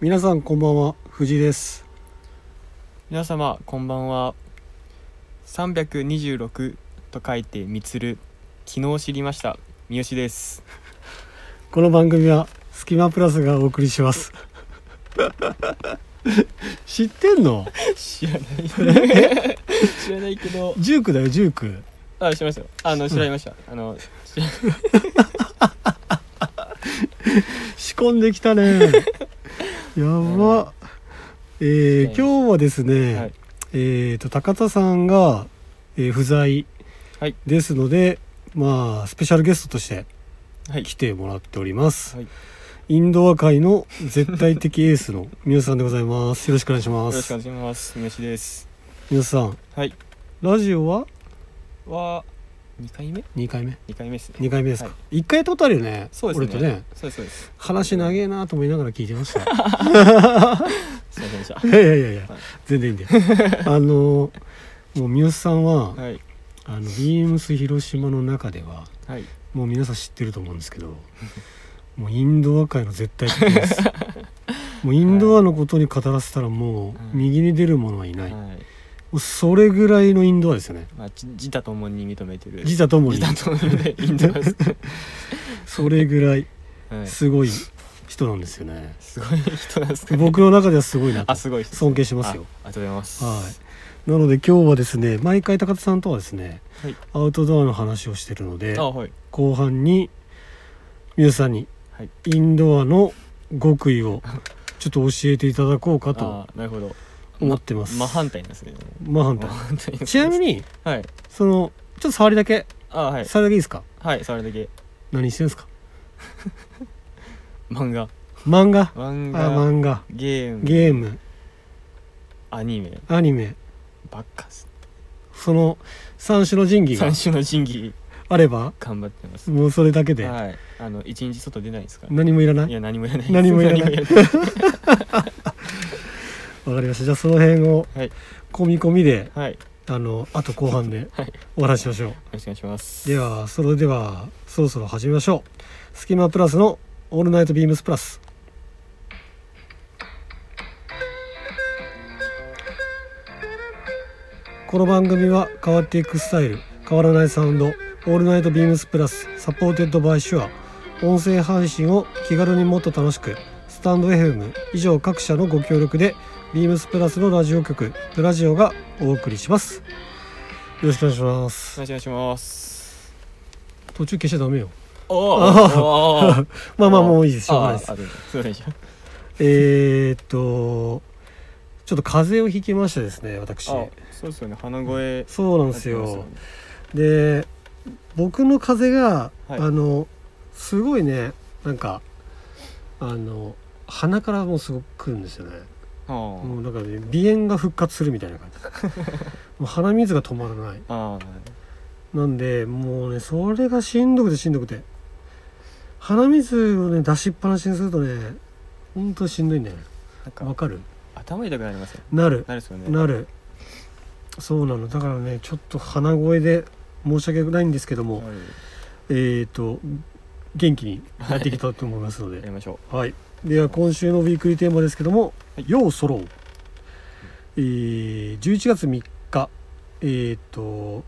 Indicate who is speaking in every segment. Speaker 1: 皆さんこんばんは藤井です
Speaker 2: 皆様こんばんは326と書いてみつる昨日知りました三好です
Speaker 1: この番組はスキマプラスがお送りします 知ってんの
Speaker 2: 知らない知らないけど
Speaker 1: ジュークだよジューク
Speaker 2: あ知りましたよあの知られました、あの知ら
Speaker 1: 仕込んできた ねやばえー、今日はですね、
Speaker 2: はい
Speaker 1: えーと高田さんが、えー不在
Speaker 2: はい
Speaker 1: ですので、まあスペシャルゲストとして
Speaker 2: はい
Speaker 1: 来てもらっております、
Speaker 2: はい
Speaker 1: インドア界の絶対的エースの皆さんでございますよろしくお願いしま
Speaker 2: よろしくお
Speaker 1: す
Speaker 2: 願いします三好です
Speaker 1: 皆さん
Speaker 2: はい
Speaker 1: ラジオは
Speaker 2: は二回目
Speaker 1: 2回目
Speaker 2: 二回目ですね
Speaker 1: 2回目ですか、
Speaker 2: は
Speaker 1: 一1回やったことあるよね
Speaker 2: そうです
Speaker 1: 俺
Speaker 2: ね
Speaker 1: とね
Speaker 2: そうですそうです
Speaker 1: 話長えなと思いながら聞いてました
Speaker 2: すいませんでし
Speaker 1: いやいやいやいや、
Speaker 2: はい
Speaker 1: 全然いいんだよ あのもう三好さんは、
Speaker 2: たはい
Speaker 1: あのビームス広島の中では
Speaker 2: はい
Speaker 1: もう皆さん知ってると思うんですけどもうインドア界の絶対的です もうインドアのことに語らせたらもう右に出る者はいな、
Speaker 2: はいい、
Speaker 1: もうそれぐらいのインドアですよね
Speaker 2: まあじ自他ともに認めてる
Speaker 1: 自他ともに
Speaker 2: 自他ともに認めてインドアです、
Speaker 1: それぐらい
Speaker 2: はい、
Speaker 1: すごい人なんですよね、
Speaker 2: すごい人なん ですね
Speaker 1: 僕の中ではすごいなと
Speaker 2: あすごい人
Speaker 1: 尊敬しますよ
Speaker 2: あありがとうございます
Speaker 1: はいなので今日はですね毎回高田さんとはですね、
Speaker 2: はい
Speaker 1: アウトドアの話をしてるので
Speaker 2: あはい
Speaker 1: 後半に皆さんに
Speaker 2: はい
Speaker 1: インドアの極意 をちょっと教えていただこうかと
Speaker 2: あなるほど
Speaker 1: 思ってます
Speaker 2: ま真反対なんですね
Speaker 1: まあ反
Speaker 2: 真
Speaker 1: 対
Speaker 2: 反対
Speaker 1: ちなみ
Speaker 2: に
Speaker 1: に
Speaker 2: はい
Speaker 1: そのちょっと触りだけ
Speaker 2: あはい
Speaker 1: 触りだけいいですか
Speaker 2: はいそれだけ
Speaker 1: 何してんですか
Speaker 2: 漫画
Speaker 1: 漫画
Speaker 2: 漫
Speaker 1: あ
Speaker 2: 画
Speaker 1: 漫画
Speaker 2: ゲーム
Speaker 1: ゲーム
Speaker 2: アニメ
Speaker 1: アニメ
Speaker 2: ばっかっす
Speaker 1: その三種の神器が
Speaker 2: 三種の神器
Speaker 1: あれば
Speaker 2: 頑張ってます
Speaker 1: もうそれだけで
Speaker 2: はいあの一日外出ないですから
Speaker 1: 何もいらない
Speaker 2: いや何もやらないです
Speaker 1: 何もやらない
Speaker 2: 何もやら
Speaker 1: わかりましたじゃあその辺を
Speaker 2: はい
Speaker 1: 込み込みで
Speaker 2: ないはいよ
Speaker 1: あのあと後半で
Speaker 2: はい
Speaker 1: お話ししましょう
Speaker 2: ろしくお願いします
Speaker 1: ではそれではそろそろ始めましょうスキマプラスの「オールナイトビームスプラス」この番組は変わっていくスタイル変わらないサウンド「オールナイトビームスプラス」サポーテッドバイシュア音声配信を気軽にもっと楽しくスタンド FM 以上各社のご協力でビームスプラスのラジオ局プラジオがお送りしますよろしくお願いしま
Speaker 2: お
Speaker 1: す
Speaker 2: 願いします
Speaker 1: 途中消しちゃダメよ
Speaker 2: おお ー
Speaker 1: まあまあもういいですしょうがない
Speaker 2: あ
Speaker 1: で
Speaker 2: ー
Speaker 1: す
Speaker 2: あどうぞすいませんでした
Speaker 1: えー、っとちょっと風邪をひきましてですね私
Speaker 2: あそうですよね鼻声
Speaker 1: そうなんですよで僕の風邪が、
Speaker 2: はい
Speaker 1: あのすごいねなんかあの鼻からもうすごくくるんですよね
Speaker 2: あ
Speaker 1: も
Speaker 2: ー
Speaker 1: うなんかね鼻炎が復活するみたいな感じ もう鼻水が止まらない
Speaker 2: あー
Speaker 1: なんでもうねそれがしんどくてしんどくて鼻水をね出しっぱなしにするとねほんとしんどいんだよね
Speaker 2: なんか
Speaker 1: わかる
Speaker 2: 頭痛くなりますよね
Speaker 1: なる
Speaker 2: なるっすよね
Speaker 1: なるそうなのだからねちょっと鼻声で申し訳ないんですけども、
Speaker 2: はい
Speaker 1: えーと元気にやっていけたと思いますの
Speaker 2: や
Speaker 1: で
Speaker 2: り、ましょ
Speaker 1: はい、では今週のウィークリーテーマですけども「
Speaker 2: はい
Speaker 1: ようそろう」えー11月3日えーと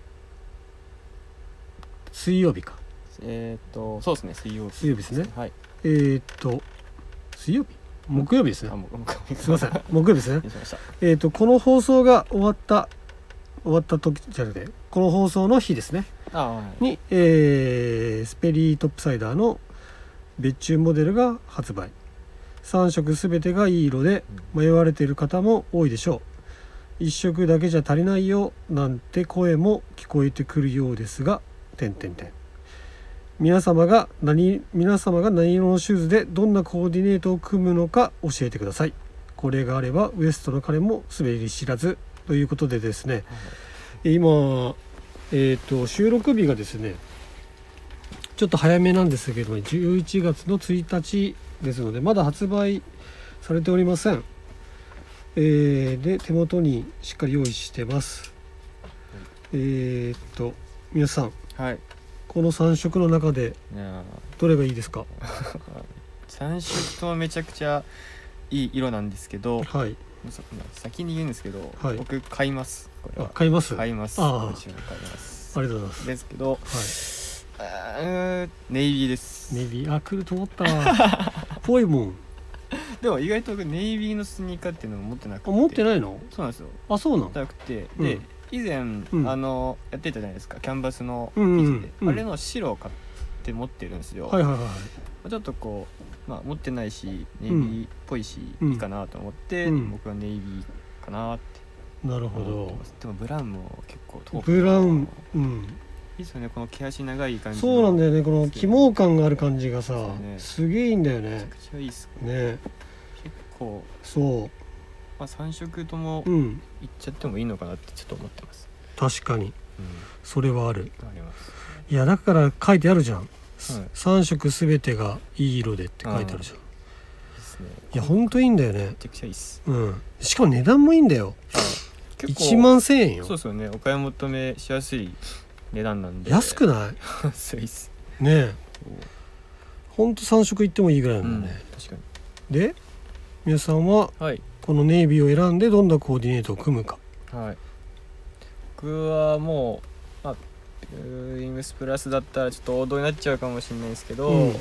Speaker 1: 水曜日か
Speaker 2: うえーっとそうですね水曜日
Speaker 1: 水曜日ですね
Speaker 2: はい
Speaker 1: えーと水曜日木曜日ですね
Speaker 2: あもうもう
Speaker 1: すいませ
Speaker 2: 失
Speaker 1: ん木曜日ですね
Speaker 2: 礼しました
Speaker 1: えー、とこの放送が終わった終わった時じゃなくてこの放送の日ですね
Speaker 2: あーはい
Speaker 1: に、えースペリートップサイダーの別注モデルが発売3色全てがいい色で迷われている方も多いでしょう1色だけじゃ足りないよなんて声も聞こえてくるようですが点点点皆様が何皆様が何色のシューズでどんなコーディネートを組むのか教えてくださいこれがあればウエストの彼も滑り知らずということでですね今えー、と収録日がですねちょっと早めなんですけども11月の1日ですのでまだ発売されておりません、えーで手元にしっかり用意してますえー、っと皆さん
Speaker 2: はい
Speaker 1: この3色の中で
Speaker 2: いやー
Speaker 1: どれがいいですか
Speaker 2: 三色ともめちゃくちゃいい色なんですけど
Speaker 1: はい
Speaker 2: さ先に言うんですけど、
Speaker 1: はい
Speaker 2: 僕買いますこれ
Speaker 1: あ
Speaker 2: は
Speaker 1: 買います
Speaker 2: 買います
Speaker 1: ああ
Speaker 2: もちろん買います
Speaker 1: ありがとうございます
Speaker 2: ですけど
Speaker 1: はい
Speaker 2: あーネイビーです
Speaker 1: ネイビーあ来ると思った わぽいもん
Speaker 2: でも意外と僕ネイビーのスニーカーっていうのを持ってなく
Speaker 1: あ
Speaker 2: て
Speaker 1: 持ってないの
Speaker 2: そうなんですよ
Speaker 1: あそうなの
Speaker 2: なくて、
Speaker 1: うん
Speaker 2: で以前、
Speaker 1: ん
Speaker 2: あのやってたじゃないですかキャンバスの
Speaker 1: うんうん
Speaker 2: 生地で、
Speaker 1: うん
Speaker 2: あれの白を買って持ってるんですよ、
Speaker 1: はいはいはいは
Speaker 2: まあちょっとこう、まあ、持ってないしネイビーっぽいし、
Speaker 1: うん
Speaker 2: いいかなと思って、
Speaker 1: うん
Speaker 2: 僕はネイビーかなって
Speaker 1: いなるほ
Speaker 2: 思って
Speaker 1: ど
Speaker 2: ますでもブラウンも結構遠く
Speaker 1: ブラウンうん
Speaker 2: いいですよねこの毛足長い感じの
Speaker 1: そうなんだよねこの起毛感がある感じがさ
Speaker 2: そうね
Speaker 1: すげえいいんだよ
Speaker 2: めちゃ
Speaker 1: ね
Speaker 2: くちゃいいっす
Speaker 1: ね
Speaker 2: 結構、
Speaker 1: そ
Speaker 2: まあ、3色とも
Speaker 1: ううん
Speaker 2: いっちゃってもいいのかなってちょっと思ってます、
Speaker 1: 確かに
Speaker 2: う
Speaker 1: それはある
Speaker 2: ん、あります
Speaker 1: いやだから書いてあるじゃん、す
Speaker 2: はい
Speaker 1: 三3色すべてがいい色でって書いてあるじゃんい
Speaker 2: いいっすね
Speaker 1: やほんといいんだよね
Speaker 2: めちゃくちゃいいっす
Speaker 1: うんしかも値段もいいんだよ
Speaker 2: 結構
Speaker 1: 1万1000円よ
Speaker 2: そうですよねお買い求めしやすい値段なんで
Speaker 1: 安く
Speaker 2: な
Speaker 1: ない
Speaker 2: 安いっす
Speaker 1: いねえほんと3色いってもいいぐらいなんだよね、
Speaker 2: 確かに
Speaker 1: で皆さんは
Speaker 2: はい
Speaker 1: このネイビーを選んでどんなコーディネートを組むか
Speaker 2: はい僕はもうまあウィングスプラスだったらちょっと王道になっちゃうかもしれないですけど、
Speaker 1: うん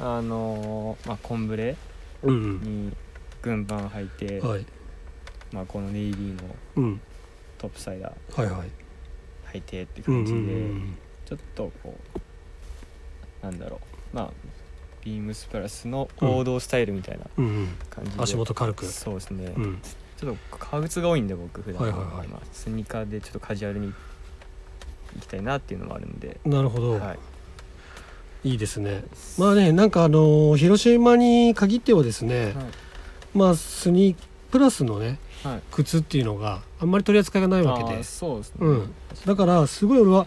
Speaker 2: あのーまあコンブレ
Speaker 1: うん
Speaker 2: に軍パン履いて、
Speaker 1: うんはい
Speaker 2: まあこのネイビーの
Speaker 1: うん
Speaker 2: トップサイダー
Speaker 1: はいはい
Speaker 2: 履いてって
Speaker 1: うんう
Speaker 2: 感
Speaker 1: ん
Speaker 2: じ
Speaker 1: う
Speaker 2: で、
Speaker 1: ん
Speaker 2: ちょっとこうなんだろうまあビームスプラスの王道スタイルみたいな
Speaker 1: うんうん
Speaker 2: 感じで、
Speaker 1: 足元軽く
Speaker 2: そうですね、
Speaker 1: うん
Speaker 2: ちょっと革靴が多いんで僕普段
Speaker 1: はいはいはい
Speaker 2: まあスニーカーでちょっとカジュアルに行きたいなっていうのもあるんで、
Speaker 1: なるほど、
Speaker 2: はい
Speaker 1: い、いですねまあねなんかあの広島に限ってはですね、
Speaker 2: はい
Speaker 1: まあスニープラスのね、
Speaker 2: はい
Speaker 1: 靴っていうのがあんまり取り扱いがないわけ
Speaker 2: あ
Speaker 1: で
Speaker 2: ーそうですね、
Speaker 1: うんだからすごい俺は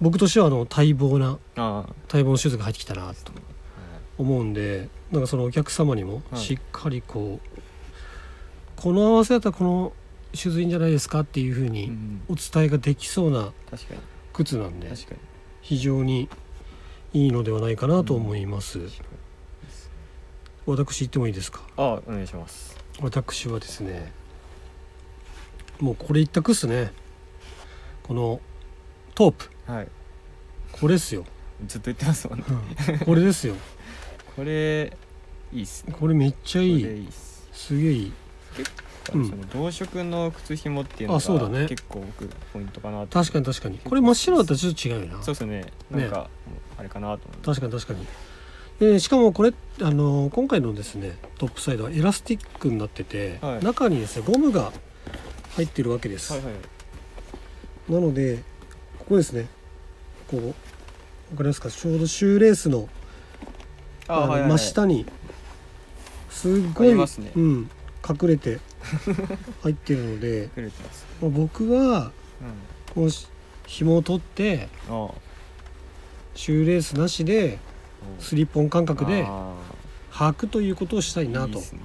Speaker 1: 僕としてはあの待望な
Speaker 2: あ
Speaker 1: 待望のシューズが入ってきたな
Speaker 2: あ
Speaker 1: と思うんでなんかそのお客様にも
Speaker 2: はい
Speaker 1: しっかりこう、この合わせだったらこのシューズいいんじゃないですかっていうふう
Speaker 2: う
Speaker 1: に
Speaker 2: ん
Speaker 1: お伝えができそうな
Speaker 2: 確かに
Speaker 1: 靴なんで
Speaker 2: 確かに
Speaker 1: 非常にいいのではないかなと思います、
Speaker 2: 確かに
Speaker 1: 私言ってもいいですか
Speaker 2: ああお願いします
Speaker 1: 私はですねもうこれ一択っすねこのトープ
Speaker 2: はい
Speaker 1: これっすよ、
Speaker 2: ずっと言ってますもんね
Speaker 1: これですよ
Speaker 2: これいいっすね
Speaker 1: これめっちゃい
Speaker 2: これ
Speaker 1: い
Speaker 2: いいっす
Speaker 1: すげえいいうん
Speaker 2: その同色の靴紐っていうの
Speaker 1: あそうだ
Speaker 2: が
Speaker 1: ね
Speaker 2: 結構僕ポイントかなと
Speaker 1: 確かに確かにこれ真っ白だったらちょっと違うよな
Speaker 2: そうですねなんかもうあれかなと思っ
Speaker 1: 確
Speaker 2: て
Speaker 1: かに確かにでしかもこれあの今回のですねトップサイドはエラスティックになってて、
Speaker 2: はい
Speaker 1: 中にですねゴムが入ってるわけです、
Speaker 2: はいはい
Speaker 1: なのでここですねこうわかりますかちょうどシューレースの
Speaker 2: あ
Speaker 1: あの
Speaker 2: はいはいは
Speaker 1: 真
Speaker 2: い
Speaker 1: 下にすっご
Speaker 2: あ
Speaker 1: い、
Speaker 2: りますね
Speaker 1: うん、隠れて入ってるので、
Speaker 2: 隠れてます
Speaker 1: まあ僕は
Speaker 2: うん
Speaker 1: このし紐を取って
Speaker 2: ああ
Speaker 1: シューレースなしでスリッポン感覚で
Speaker 2: あ
Speaker 1: 履くということをしたい
Speaker 2: ー
Speaker 1: ない
Speaker 2: い
Speaker 1: と
Speaker 2: っすね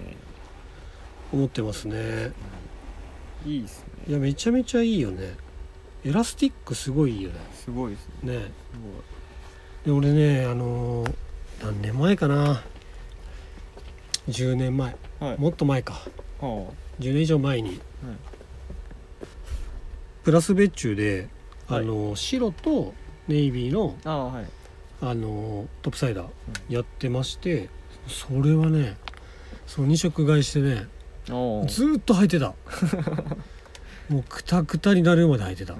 Speaker 1: 思ってますね
Speaker 2: いいっす
Speaker 1: い
Speaker 2: ね
Speaker 1: やめちゃめちゃいいよねエラスティックすごいいいよね
Speaker 2: すごいですね
Speaker 1: ね
Speaker 2: すごい
Speaker 1: で俺ねあのー何年前かな10年前
Speaker 2: はい
Speaker 1: もっと前か
Speaker 2: は
Speaker 1: 10年以上前に、
Speaker 2: うん
Speaker 1: プラス別注で、
Speaker 2: はい
Speaker 1: あの白とネイビーの
Speaker 2: あああはい
Speaker 1: あのトップサイダーやってまして、それはねその2色買いしてね
Speaker 2: おお
Speaker 1: ずーっと履いて たもうくたくたになるまで履いてた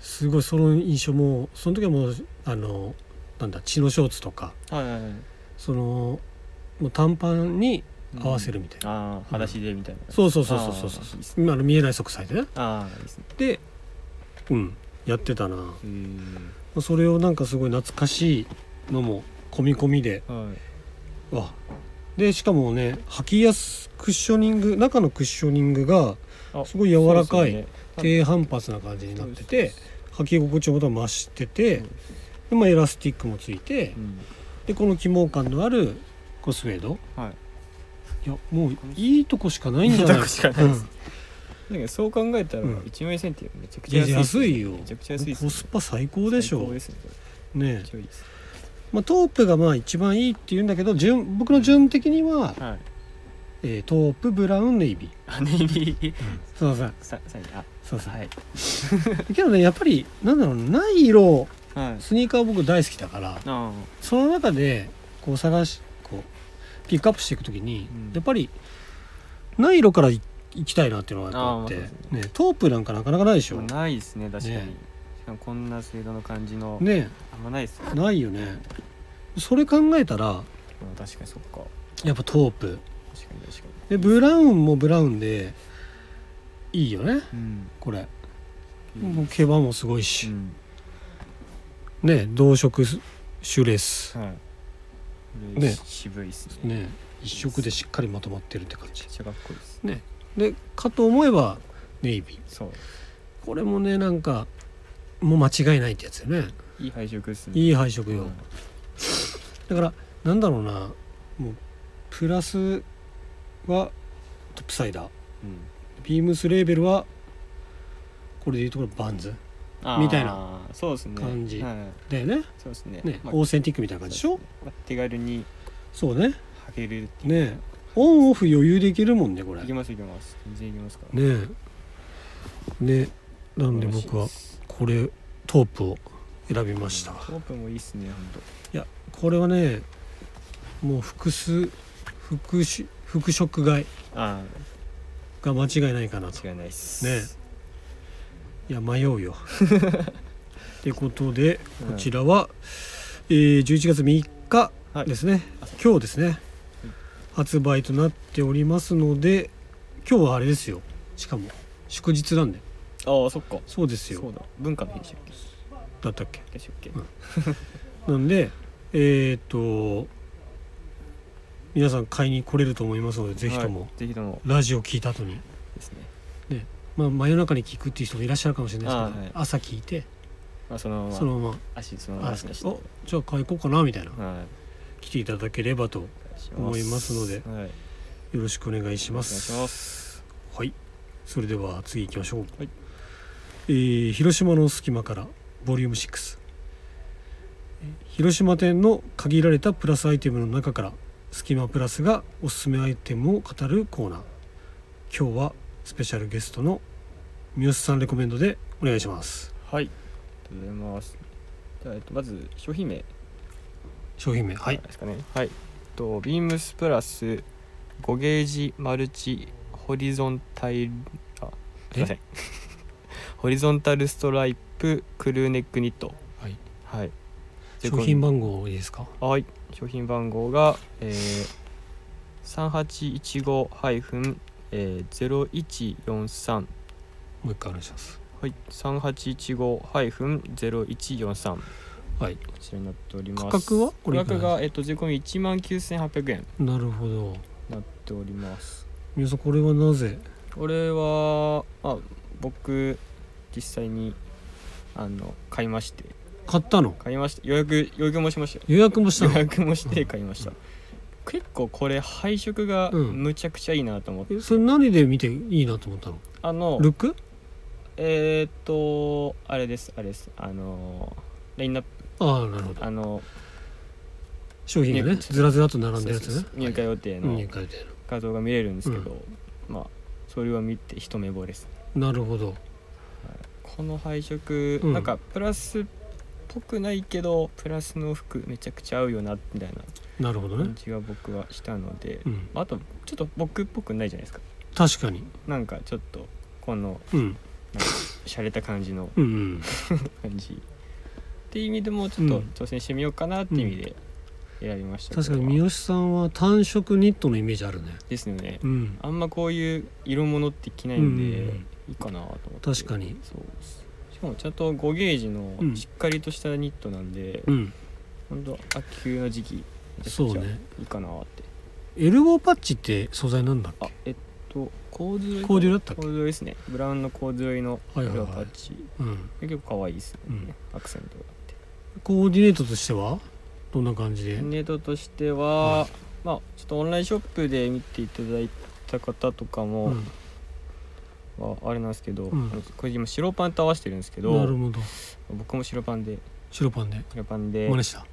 Speaker 1: すごいその印象もうその時はもうあのなんだ血のショーツとか
Speaker 2: はいはいはい
Speaker 1: そのもう短パンに合わせるみたいな、
Speaker 2: ああ裸足でみたいな
Speaker 1: そうそうそうそうそうそう
Speaker 2: あーいいっすね
Speaker 1: 今の見えない息災でね
Speaker 2: ああいいっすね
Speaker 1: でうんやってたなま
Speaker 2: へえ
Speaker 1: あそれをなんかすごい懐かしいのも込み込みで
Speaker 2: はい
Speaker 1: わでしかもね履きやすクッショニング中のクッショニングが
Speaker 2: あ
Speaker 1: すごい柔ら
Speaker 2: そ
Speaker 1: か
Speaker 2: うっす
Speaker 1: い、
Speaker 2: よね
Speaker 1: 低反発な感じになってて履き心地もまた増してて
Speaker 2: そうで、
Speaker 1: でまあ、エラスティックもついて
Speaker 2: うん
Speaker 1: でこの起毛感のあるコスウェード
Speaker 2: はい
Speaker 1: いやもういいとこしかないんじゃない
Speaker 2: いいとこしかないですだけどそう考えたら
Speaker 1: うん
Speaker 2: 1万1000ってめちゃく
Speaker 1: い
Speaker 2: ち
Speaker 1: や
Speaker 2: ゃ安いっす
Speaker 1: 安
Speaker 2: ね
Speaker 1: いよ
Speaker 2: めちゃくちゃ安いっす
Speaker 1: コ
Speaker 2: ね
Speaker 1: スパ最高でしょ
Speaker 2: 最高ですねこれめ
Speaker 1: ね
Speaker 2: っちゃいいっす
Speaker 1: まあ、トープがまあ一番いいって言うんだけど順僕の順的には
Speaker 2: はい
Speaker 1: えートープブラウンネイビー
Speaker 2: あネイビー
Speaker 1: そうそう
Speaker 2: ささあ
Speaker 1: そうそう、
Speaker 2: はい
Speaker 1: けどねやっぱりなんだろうなない色
Speaker 2: はい
Speaker 1: スニーカー僕大好きだから
Speaker 2: あ
Speaker 1: その中でこう探しこうピックアップしていくときに、
Speaker 2: うん
Speaker 1: やっぱりない色からいいきたいなっていうのがやっぱあって
Speaker 2: あーまあそう
Speaker 1: ね、トープなんかなかなかないでしょ
Speaker 2: あないですね確かに、
Speaker 1: ね
Speaker 2: しかもこんな制度の感じの、
Speaker 1: ね
Speaker 2: あんまないですよ、
Speaker 1: ないよねそれ考えたら
Speaker 2: うん確かにそっか
Speaker 1: やっぱトープ
Speaker 2: 確かに確か
Speaker 1: でブラウンもブラウンでいいよね
Speaker 2: にうん
Speaker 1: これ、
Speaker 2: うん
Speaker 1: もう毛羽もすごいうし、
Speaker 2: ん
Speaker 1: ね同色シュレース
Speaker 2: はいこれ
Speaker 1: ね
Speaker 2: 渋いですね
Speaker 1: ね一色でしっかりまとまってるって感
Speaker 2: め
Speaker 1: じ
Speaker 2: っちゃかっこいいです
Speaker 1: でかと思えばネイビー
Speaker 2: そう
Speaker 1: これもねなんかもう間違いないってやつよね
Speaker 2: いい配色ですねい
Speaker 1: いい配色よ、
Speaker 2: うん
Speaker 1: だからなんだろうなもうプラスはトップサイダービームスレーベルはこれでいうところバンズ
Speaker 2: あー
Speaker 1: みたいな
Speaker 2: そうですね
Speaker 1: 感じ
Speaker 2: はい、
Speaker 1: だよね
Speaker 2: そうですね
Speaker 1: ね、
Speaker 2: まあ
Speaker 1: オーセンティックみたいな感じでしょ
Speaker 2: まあ手軽に
Speaker 1: そうね
Speaker 2: 履けれるっていう
Speaker 1: ねオンオフ余裕でいけるもんねこれ
Speaker 2: いきますいきます全然いきますから
Speaker 1: ねえねなんで僕はこれトープを選びました
Speaker 2: オープンもいいっすね本
Speaker 1: いやこれはねもう複数複し複色買い
Speaker 2: 当。あ
Speaker 1: が間違いないかなと
Speaker 2: あ違いないっす
Speaker 1: ねいや迷うよ ってことでこちらは、えー11月3日ですね、今日ですね発売となっておりますので今日はあれですよしかも祝日なんで
Speaker 2: ああそっか
Speaker 1: そうです
Speaker 2: そ
Speaker 1: よ
Speaker 2: うだ文化の日でしたっ
Speaker 1: だったっけ
Speaker 2: けでしたっけ
Speaker 1: んなんでえーっと皆さん買いに来れると思いますのでぜひとも、
Speaker 2: はいぜひとも
Speaker 1: ラジオ聞いた後に、
Speaker 2: ですね
Speaker 1: まあ、真夜中に聞くっていう人もいらっしゃるかもしれないですけど、
Speaker 2: あはい
Speaker 1: 朝聞いて
Speaker 2: まあそのま
Speaker 1: そ
Speaker 2: ま
Speaker 1: のまま
Speaker 2: 足そのま
Speaker 1: あ
Speaker 2: ま
Speaker 1: お
Speaker 2: 足して
Speaker 1: じゃあ買いこうかなみたいな
Speaker 2: はい
Speaker 1: 来ていただければとよ
Speaker 2: お願
Speaker 1: 思
Speaker 2: し
Speaker 1: いますので
Speaker 2: はい
Speaker 1: ろしくお願いしま
Speaker 2: お
Speaker 1: す
Speaker 2: 願いします
Speaker 1: はいそれでは次行きましょう、
Speaker 2: はい
Speaker 1: えー広島の隙間からボリューム6えー広島店の限られたプラスアイテムの中から隙間プラスがおすすめアイテムを語るコーナー今日はスペシャルゲストの三好さんレコメンドでお願いします
Speaker 2: はいありがとうございますじゃあえっとまず商品名
Speaker 1: 商品名はい
Speaker 2: ですかねはいえっとビームスプラス5ゲージマルチホリゾンタイルあすいません ホリゾンタルストライプクルーネックニット
Speaker 1: はい、
Speaker 2: はい、
Speaker 1: 商品番号いいですか
Speaker 2: はい商品番号が、えー、3815-0143
Speaker 1: もう一回お願いします
Speaker 2: はい、3815-0143
Speaker 1: はい
Speaker 2: こちらになっております
Speaker 1: 価格はこれ
Speaker 2: 価格が、えっと、税込み1万9800円
Speaker 1: なるほど
Speaker 2: なっております
Speaker 1: 三好さんこれはなぜ
Speaker 2: これはあ僕実際にあの買いまして
Speaker 1: 買ったの
Speaker 2: 買いました予約予約もしましたよ
Speaker 1: 予約もした
Speaker 2: 予
Speaker 1: の
Speaker 2: 約もして買いました、
Speaker 1: うん
Speaker 2: 結構これ配色が
Speaker 1: うん
Speaker 2: むちゃくちゃいいなと思って、
Speaker 1: えそれ何で見ていいなと思ったの
Speaker 2: あの
Speaker 1: ルック
Speaker 2: えーっとあれですあれですあのラインナップ
Speaker 1: ああなるほど
Speaker 2: あの
Speaker 1: 商品がね
Speaker 2: 入会
Speaker 1: ずらずらと並んだやつ
Speaker 2: そうそう
Speaker 1: ね
Speaker 2: そう入会予定
Speaker 1: うん
Speaker 2: の
Speaker 1: 入会みたい
Speaker 2: 画像が見れるんですけど、まあそれを見て一目惚れです
Speaker 1: ななるほど
Speaker 2: この配色、
Speaker 1: うん
Speaker 2: なんかプラスっぽくないけどプラスの服めちゃくちゃ合うよなみたいな
Speaker 1: なるほどね
Speaker 2: 感じが僕はしたので、
Speaker 1: うん
Speaker 2: あとちょっと僕っぽくないじゃないですか
Speaker 1: 確かに
Speaker 2: なんかちょっとこの
Speaker 1: うん
Speaker 2: 洒落た感じの
Speaker 1: うんうん
Speaker 2: 感じっていう意味でもちょっ
Speaker 1: う
Speaker 2: と
Speaker 1: ん
Speaker 2: 挑戦してみようかなっていう意味で選びましたけど、
Speaker 1: 確かに三好さんは単色ニットのイメージあるね
Speaker 2: ですよね
Speaker 1: うん
Speaker 2: あんまこういう色物って着ない
Speaker 1: うんん
Speaker 2: で、
Speaker 1: うん
Speaker 2: いいかなと思って
Speaker 1: 確かに
Speaker 2: そうっすしかもちゃんと5ゲージの
Speaker 1: うん
Speaker 2: しっかりとしたニットなんで、
Speaker 1: うん
Speaker 2: 本当ほんと秋冬の時期めちゃ
Speaker 1: そ
Speaker 2: く
Speaker 1: う
Speaker 2: ちゃ
Speaker 1: ね
Speaker 2: いいかなって、
Speaker 1: エルボーパッチって素材なんだっ
Speaker 2: あ
Speaker 1: け
Speaker 2: えっとコーズロイ
Speaker 1: コーデュロイだったっけ
Speaker 2: コーズロイですねブラウンのコーズロイの
Speaker 1: はいはい
Speaker 2: 色
Speaker 1: はい
Speaker 2: パッチ、
Speaker 1: うん
Speaker 2: 結構可愛いですよね、
Speaker 1: うん
Speaker 2: アクセントがあって
Speaker 1: コーディネートとしてはどんな感じで
Speaker 2: ネートとしては、
Speaker 1: はい
Speaker 2: まあちょっとオンラインショップで見ていただいた方とか
Speaker 1: う
Speaker 2: も、
Speaker 1: ん
Speaker 2: はあれなんですけど、
Speaker 1: うん
Speaker 2: あのこれ今白パンと合わせてるんですけど
Speaker 1: なるほど
Speaker 2: 僕も白パンで
Speaker 1: 白パンで
Speaker 2: 白パンで
Speaker 1: 真似した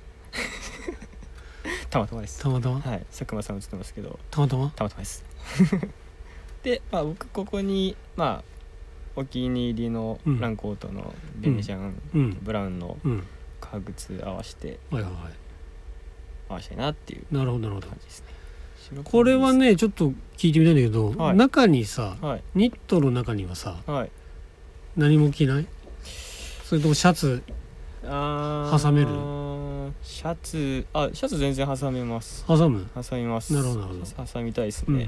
Speaker 2: たまたまです
Speaker 1: たまたま
Speaker 2: はい佐久間さん映ってますけど
Speaker 1: たまたま
Speaker 2: たまたまです で、まあ、僕ここにまあお気に入りの
Speaker 1: うん
Speaker 2: ランコートのベネジャン、
Speaker 1: うん
Speaker 2: ブラウンの
Speaker 1: うん
Speaker 2: 革靴合わせて
Speaker 1: はいはいは
Speaker 2: 合わせたいなっていう
Speaker 1: いなるほどなるほど
Speaker 2: 感じですね白
Speaker 1: こ
Speaker 2: 黒で
Speaker 1: れ
Speaker 2: す
Speaker 1: はねちょっと聞いてみたいんだけど、
Speaker 2: はい
Speaker 1: 中にさ
Speaker 2: はい
Speaker 1: ニットの中にはさ
Speaker 2: はい
Speaker 1: 何も着ないそれともシャツ
Speaker 2: あー
Speaker 1: 挟める
Speaker 2: シャツあシャツ全然挟めます
Speaker 1: 挟む
Speaker 2: 挟みます
Speaker 1: なるほどなるほど
Speaker 2: は挟みたいです
Speaker 1: うん、
Speaker 2: ね、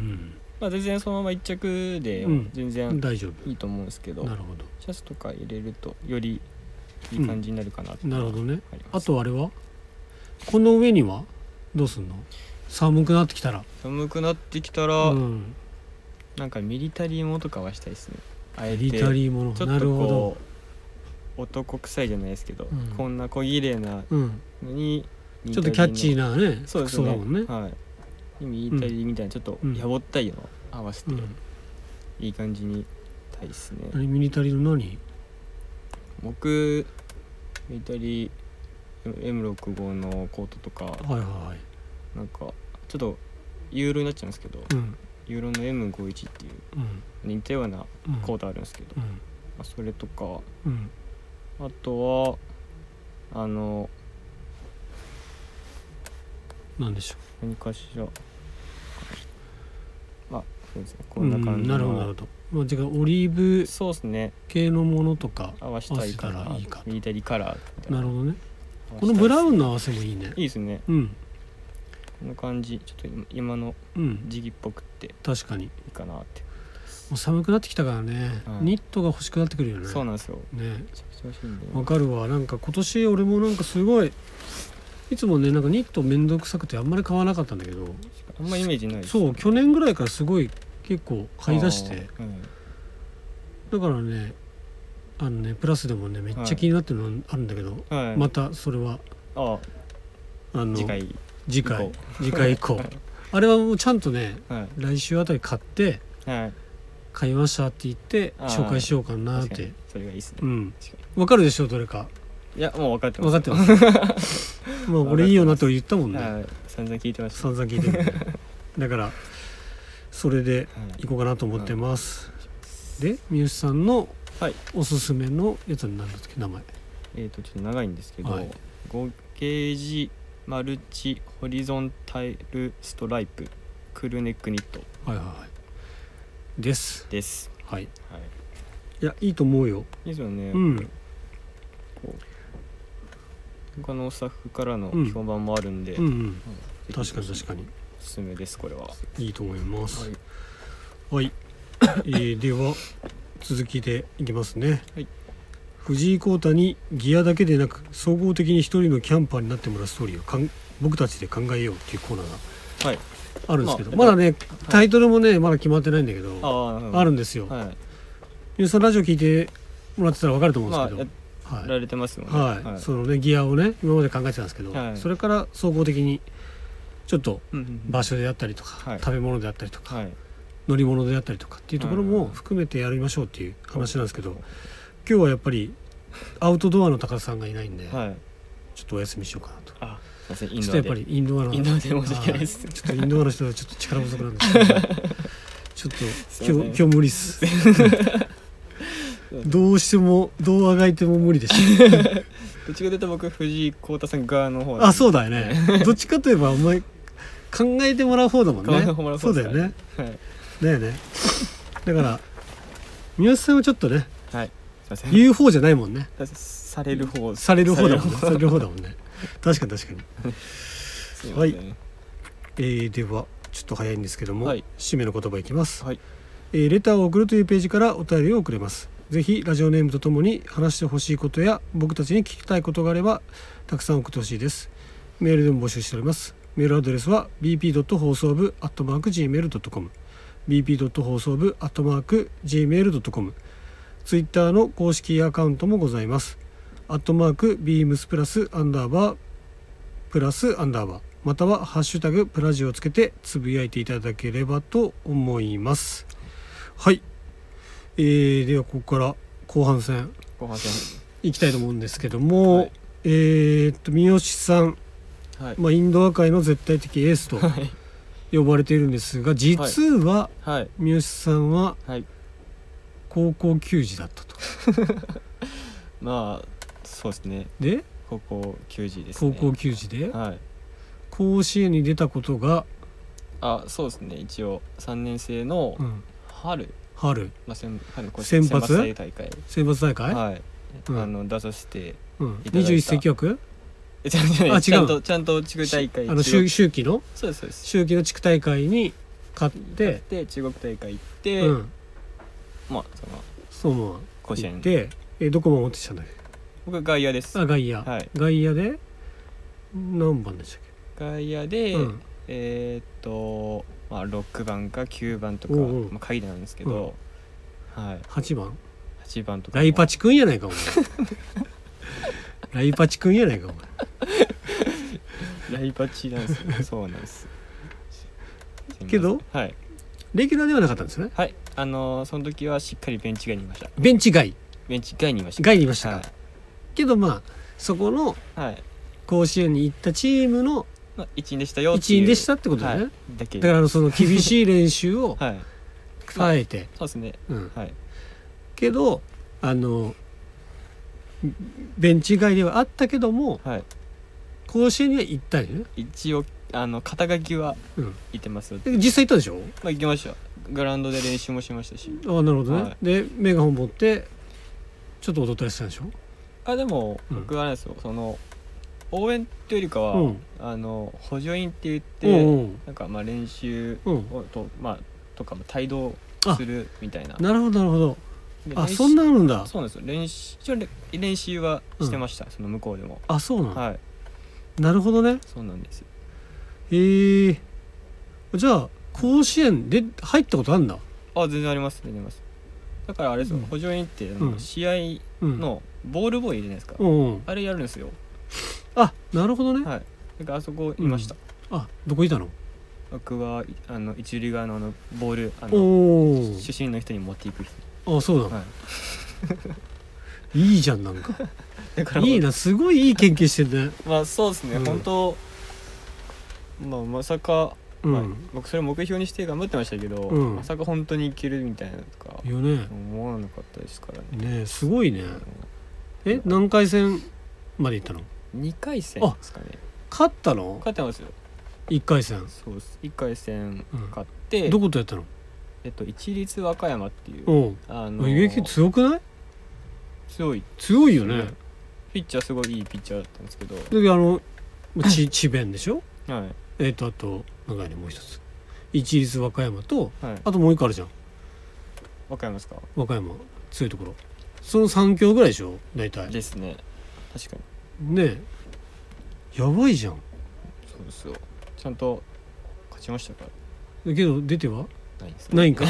Speaker 2: まあ全然そのまま一着で
Speaker 1: うん
Speaker 2: 全
Speaker 1: うん、
Speaker 2: 然
Speaker 1: 大丈
Speaker 2: いいと思うんですけど、
Speaker 1: 夫なるほど
Speaker 2: シャツとか入れるとよりいい感じになるかなって
Speaker 1: なるほどね
Speaker 2: ありま
Speaker 1: あ
Speaker 2: す
Speaker 1: とあれはこの上にはどうすんの寒くなってきたら
Speaker 2: 寒くなってきたら、
Speaker 1: うん
Speaker 2: なんかミリタリーもとかはしたいですねあえ
Speaker 1: ミ
Speaker 2: て
Speaker 1: リタリーも
Speaker 2: ちょ
Speaker 1: の
Speaker 2: っ
Speaker 1: な
Speaker 2: と
Speaker 1: るほ
Speaker 2: こう男臭いじゃないですけど、
Speaker 1: うん
Speaker 2: こんな小綺麗な
Speaker 1: ど、うん、
Speaker 2: のに
Speaker 1: ちょっとキャッチー
Speaker 2: な
Speaker 1: なね
Speaker 2: そう
Speaker 1: 服装
Speaker 2: ですね
Speaker 1: だもんね
Speaker 2: はいでミリタリーみたいなちょっと
Speaker 1: うん
Speaker 2: やぼったいのを合わせて、
Speaker 1: うん
Speaker 2: いい感じにたいですね、
Speaker 1: 何ミリタリーの何
Speaker 2: 僕ミリタリー M65 のコートとか
Speaker 1: はいはいはい
Speaker 2: なんかちょっとユーロになっちゃうんですけど
Speaker 1: うん
Speaker 2: ユーロの M51 っていう
Speaker 1: うん
Speaker 2: 似たような
Speaker 1: うん
Speaker 2: コートあるんですけど、
Speaker 1: うん
Speaker 2: まあ、それとか
Speaker 1: うん
Speaker 2: あとはあの
Speaker 1: なんでしょ
Speaker 2: 何かしらまあそうですね
Speaker 1: う
Speaker 2: こんな感
Speaker 1: うん
Speaker 2: じ
Speaker 1: なるほどなる
Speaker 2: の
Speaker 1: ほどまあじゃあオリーブ
Speaker 2: そうですね
Speaker 1: 系のものとか
Speaker 2: 合わせたいか
Speaker 1: 合わせた
Speaker 2: ら
Speaker 1: らいいかと
Speaker 2: ミリタリーカラーみたい
Speaker 1: な
Speaker 2: な
Speaker 1: るほどね
Speaker 2: 合わせた
Speaker 1: こ
Speaker 2: いです
Speaker 1: のブラウンの合わせもいいね
Speaker 2: いいですね
Speaker 1: うん
Speaker 2: この感じちょっと今今の
Speaker 1: うん
Speaker 2: 時期っぽくってい
Speaker 1: 確かに
Speaker 2: いかなって
Speaker 1: もう寒くなってきたからね、
Speaker 2: はい
Speaker 1: ニットが欲しくなってくるよね
Speaker 2: そうなんですよ
Speaker 1: ね
Speaker 2: めちゃくちゃ欲しいんで
Speaker 1: わかるわなんか今年俺もなんかすごいいつもねなんかニットめんどくさくてあんまり買わなかったんだけど
Speaker 2: あんまイメージないです
Speaker 1: そう去年ぐらいからすごい結構買い出し
Speaker 2: あ
Speaker 1: て
Speaker 2: ーうん
Speaker 1: だからねあのねプラスでもねめっちゃ気になってるのあるんだけど、
Speaker 2: はい、
Speaker 1: またそれは
Speaker 2: あ
Speaker 1: あの
Speaker 2: 次回
Speaker 1: 次
Speaker 2: 以
Speaker 1: 回
Speaker 2: 降
Speaker 1: 次回以降あれはもうちゃんとね
Speaker 2: は
Speaker 1: 来週あたり買って
Speaker 2: い、はい、
Speaker 1: 買いましたって言って
Speaker 2: あー
Speaker 1: 紹介しようかなっ
Speaker 2: 確か
Speaker 1: て
Speaker 2: にそれがいいですね、
Speaker 1: うん
Speaker 2: 確か
Speaker 1: わかるでしょどれか
Speaker 2: にいやもう分かってま
Speaker 1: 分
Speaker 2: す
Speaker 1: かってます まあ俺いいよなと言ったもんね、
Speaker 2: はい散々聞いてました
Speaker 1: 散々聞いてる んでだからそれで
Speaker 2: はい
Speaker 1: 行こうかなと思ってます、で三好さんの
Speaker 2: はい
Speaker 1: おすすめのやつになるんですけど名前
Speaker 2: えー、とちょっと長いんですけど、
Speaker 1: はい
Speaker 2: 5ゲージマルチホリゾンタイルストライプクルネックニット
Speaker 1: はいはいはいです
Speaker 2: です、
Speaker 1: はいい
Speaker 2: はい、
Speaker 1: やいいと思うよ
Speaker 2: いいですよね、
Speaker 1: うん
Speaker 2: 他のスタッフからの
Speaker 1: うん
Speaker 2: 評判もあるんで、
Speaker 1: うんうん
Speaker 2: ぜひ
Speaker 1: 確かに確かに
Speaker 2: おすすめですこれは、
Speaker 1: いいと思いますはい、えーでは続きでいきますね、
Speaker 2: はい
Speaker 1: 藤井耕太にギアだけでなく総合的に一人のキャンパーになってもらうストーリーをかん僕たちで考えようっていうコーナーが
Speaker 2: はい
Speaker 1: あるんですけど、
Speaker 2: ま
Speaker 1: ま
Speaker 2: あ
Speaker 1: だねタイトルもねまだ決まってないんだけど、
Speaker 2: ああな
Speaker 1: あ
Speaker 2: る
Speaker 1: るんですよ、
Speaker 2: ほどはい、
Speaker 1: 皆さんラジオ聞いてもらってたら分かると思
Speaker 2: ま
Speaker 1: うんで
Speaker 2: あ
Speaker 1: す
Speaker 2: や
Speaker 1: けど、
Speaker 2: られてますもんね
Speaker 1: はい、はいそのねギアをね今まで考えてたんですけど、
Speaker 2: はい
Speaker 1: それから総合的にちょっと
Speaker 2: うんうんうん
Speaker 1: 場所であったりとか、
Speaker 2: はい
Speaker 1: 食べ物であったりとか、
Speaker 2: はい
Speaker 1: 乗り物であったりとかっていうところ
Speaker 2: はいはい
Speaker 1: も
Speaker 2: はい
Speaker 1: 含めてやりましょうっていう話なんですけど今日はやっぱりアウトドアの高田さんがいないんで、
Speaker 2: はい
Speaker 1: ちょっとお休みしようかなと。
Speaker 2: あすいませんイ
Speaker 1: ちょっと
Speaker 2: ンドア
Speaker 1: やっぱ
Speaker 2: で
Speaker 1: りインドアの
Speaker 2: インドアで申し訳ないです
Speaker 1: はちょっとインドアの人はちょっと力不足なんです けどちょっと今日今日無理っすどうしてもどうあがいても無理でした
Speaker 2: どっちかというと僕藤井耕太さん側の方
Speaker 1: あ
Speaker 2: う
Speaker 1: そうだよねどっちかといえばお前考えてもらう方だもんね
Speaker 2: 考えてもらう
Speaker 1: そ
Speaker 2: 方
Speaker 1: う
Speaker 2: で
Speaker 1: だ
Speaker 2: す
Speaker 1: よ
Speaker 2: ね
Speaker 1: ね
Speaker 2: はい、
Speaker 1: だよねだから三好さんはちょっとね
Speaker 2: はい、すいません
Speaker 1: 言う方じゃないもんね
Speaker 2: される方
Speaker 1: される方だもんね
Speaker 2: さ
Speaker 1: さ
Speaker 2: れ
Speaker 1: れ
Speaker 2: る
Speaker 1: る方だもんね確かに確かに、
Speaker 2: 方
Speaker 1: はい
Speaker 2: そうですね
Speaker 1: えーではちょっと早いんですけども、
Speaker 2: はい
Speaker 1: 締めの言葉いきます、
Speaker 2: はい
Speaker 1: えーレターを送るというページからお便りを送れますぜひラジオネームとともに話してほしいことや僕たちに聞きたいことがあればたくさん送ってほしいですメールでも募集しておりますメールアドレスは bp. 放送部 .gmail.com bp. 放送部 .gmail.com ツイッターの公式アカウントもございますアットマークビームスプラスアンダーバープラスアンダーバーまたは「ハッシュタグプラジ」をつけてつぶやいていただければと思いますはい、えー、ではここから後半戦
Speaker 2: 後半戦
Speaker 1: いきたいと思うんですけども、
Speaker 2: はい
Speaker 1: えーっと三好さん
Speaker 2: はい
Speaker 1: まあ、インドア界の絶対的エースと
Speaker 2: はい
Speaker 1: 呼ばれているんですが実は
Speaker 2: はい
Speaker 1: 三好さんは
Speaker 2: はい
Speaker 1: 高校球児だったと。
Speaker 2: まあそうですね
Speaker 1: で
Speaker 2: 高校球児です
Speaker 1: 高
Speaker 2: ね
Speaker 1: 校球児で
Speaker 2: はい
Speaker 1: 甲子園に出たことが、
Speaker 2: あそうですね一応3年生の
Speaker 1: うん、
Speaker 2: 春、
Speaker 1: 春
Speaker 2: まあ、先春の甲
Speaker 1: 選抜
Speaker 2: 選大会
Speaker 1: 選抜大会、
Speaker 2: はい、
Speaker 1: うん
Speaker 2: あの出させて
Speaker 1: うん、
Speaker 2: いただいた
Speaker 1: 21世紀枠
Speaker 2: え違う違う
Speaker 1: あ違う
Speaker 2: ちゃんとちゃんと地区大会
Speaker 1: あの
Speaker 2: 中
Speaker 1: 秋秋季の
Speaker 2: そうですそうです
Speaker 1: 秋季の地区大会に勝って、
Speaker 2: で中国大会行って、
Speaker 1: うん、
Speaker 2: まあその
Speaker 1: そう思う
Speaker 2: 甲子園
Speaker 1: でえどこ守ってきたんだっけ
Speaker 2: 僕外野です
Speaker 1: あ外野、
Speaker 2: はい
Speaker 1: 外野で何番でしたっ
Speaker 2: 外野で、
Speaker 1: け、うん、
Speaker 2: えーっと、まあ、6番か9番とか、
Speaker 1: おうおう
Speaker 2: まあ、下位なんですけど、はい、
Speaker 1: 8番
Speaker 2: 8番とか
Speaker 1: ライパ
Speaker 2: チ
Speaker 1: チくんやない かお前ライパチくんやないかお前
Speaker 2: ライパチなんです よそうなんですすいません
Speaker 1: けど
Speaker 2: はい
Speaker 1: レギュラーではなかったんですよね
Speaker 2: はいあのーその時はしっかりベンチ外にいました
Speaker 1: ベンチ外
Speaker 2: ベンチ外にいました
Speaker 1: 外にいましたか、けどまあそこの
Speaker 2: はい、はい
Speaker 1: 甲子園に行ったチームの
Speaker 2: まあ、一員でしたよって
Speaker 1: 一
Speaker 2: いう
Speaker 1: 員でしたってことだよね、
Speaker 2: はい、だけ
Speaker 1: だからその厳しい練習を
Speaker 2: はい
Speaker 1: 耐えて、
Speaker 2: そうですね
Speaker 1: うん、
Speaker 2: はい
Speaker 1: けどあのベンチ外ではあったけども
Speaker 2: はい
Speaker 1: 甲子園には行ったんよね
Speaker 2: 一応あの肩書きは
Speaker 1: うん
Speaker 2: いてますよ、
Speaker 1: で実際行ったでしょ
Speaker 2: まあ、行きましたグラウンドで練習もしましたし
Speaker 1: ああなるほどね、
Speaker 2: はい
Speaker 1: でメガホン持ってちょっと踊ったりしてたんでしょ
Speaker 2: あでも
Speaker 1: うん
Speaker 2: 僕はあれですよ、その応援っていうよりかは、
Speaker 1: うん
Speaker 2: あの補助員って言って、
Speaker 1: うん
Speaker 2: なんかまあ練習
Speaker 1: うんうん
Speaker 2: をと,、まあ、とかも帯同するみたいな
Speaker 1: なるほどなるほど
Speaker 2: で
Speaker 1: あ
Speaker 2: 練習
Speaker 1: そんなあるんだ
Speaker 2: そうなんですよ練習一応れ練習はしてました、その向こうでも、
Speaker 1: あそうなの、
Speaker 2: はい
Speaker 1: なるほどね
Speaker 2: そうなんです
Speaker 1: へえじゃあ甲子園で入ったことあんだ、
Speaker 2: あ全然あります全然ありますだからあれですよ、
Speaker 1: うん
Speaker 2: 補助員ってあの
Speaker 1: うん
Speaker 2: 試合
Speaker 1: うん、
Speaker 2: のボールボーイじゃないですか、
Speaker 1: うんうん
Speaker 2: あれやるんですよ
Speaker 1: あなるほどね、
Speaker 2: はいだからあそこいました、
Speaker 1: あどこいたの
Speaker 2: 僕はいあの一塁側のあのボールあの
Speaker 1: お
Speaker 2: 主審の人に持っていく人、
Speaker 1: おあそうなの、、
Speaker 2: はい
Speaker 1: いじゃんなんか
Speaker 2: い、だから
Speaker 1: いいなすごいいい研究してるね
Speaker 2: まあそうですね、
Speaker 1: うん
Speaker 2: 本当まあまさか、
Speaker 1: うん、
Speaker 2: まあ、僕それ目標にして頑張ってましたけど、
Speaker 1: うん
Speaker 2: まさか本当にいけるみたいなのとか
Speaker 1: よね
Speaker 2: 思わなかったですからね、
Speaker 1: ねえすごいね
Speaker 2: あの
Speaker 1: え何回戦まで行ったの
Speaker 2: 二2回戦ですかね
Speaker 1: 勝ったの
Speaker 2: 勝ってますよ
Speaker 1: 1回戦
Speaker 2: そうです1回戦
Speaker 1: うん
Speaker 2: 勝って、
Speaker 1: どことやったの
Speaker 2: えっと、一律和歌山っていう、
Speaker 1: うん
Speaker 2: あの
Speaker 1: 遊撃強くない
Speaker 2: 強い
Speaker 1: 強いよね
Speaker 2: ピッチャーすごいいいピッチャーだったんですけど、
Speaker 1: であのち 智弁でしょ
Speaker 2: はい
Speaker 1: えっ、とあと何だねもう一つ一律和歌山と
Speaker 2: はい
Speaker 1: あともう一個あるじゃん
Speaker 2: わかりますか
Speaker 1: 和歌山強いところその3強ぐらいでしょ大体ね
Speaker 2: ですね確かに
Speaker 1: えやばいじゃん
Speaker 2: そうですよちゃんと勝ちましたか
Speaker 1: だけど出ては
Speaker 2: ないですね
Speaker 1: ないん か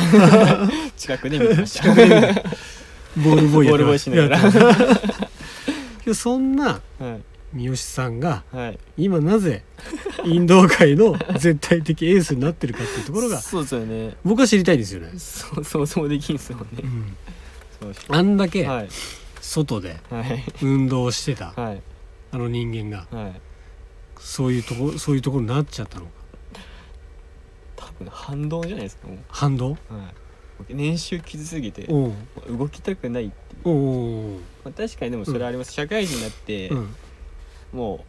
Speaker 2: 近くで見てましたは
Speaker 1: ボールボーイやって
Speaker 2: ボールボーイしながら
Speaker 1: やってますけどそんない三好さんが
Speaker 2: はい
Speaker 1: 今なぜインド界の絶対的エースになってるかっていうところが
Speaker 2: そうですよね
Speaker 1: 僕は知りたいんですよね、
Speaker 2: そう想像できんすよ
Speaker 1: う
Speaker 2: ね
Speaker 1: ん、
Speaker 2: そうし
Speaker 1: あんだけ
Speaker 2: はい
Speaker 1: 外で
Speaker 2: はい
Speaker 1: 運動をしてた
Speaker 2: はい
Speaker 1: あの人間が
Speaker 2: はい
Speaker 1: そういうとこそういうところになっちゃったのか
Speaker 2: 多分反動じゃないですかも
Speaker 1: 反動
Speaker 2: う、はい、練習きつすぎて
Speaker 1: おうん
Speaker 2: 動きたくないっていう、
Speaker 1: おうん
Speaker 2: まあ、確かにでもそれあります、社会人になって、
Speaker 1: うん
Speaker 2: もう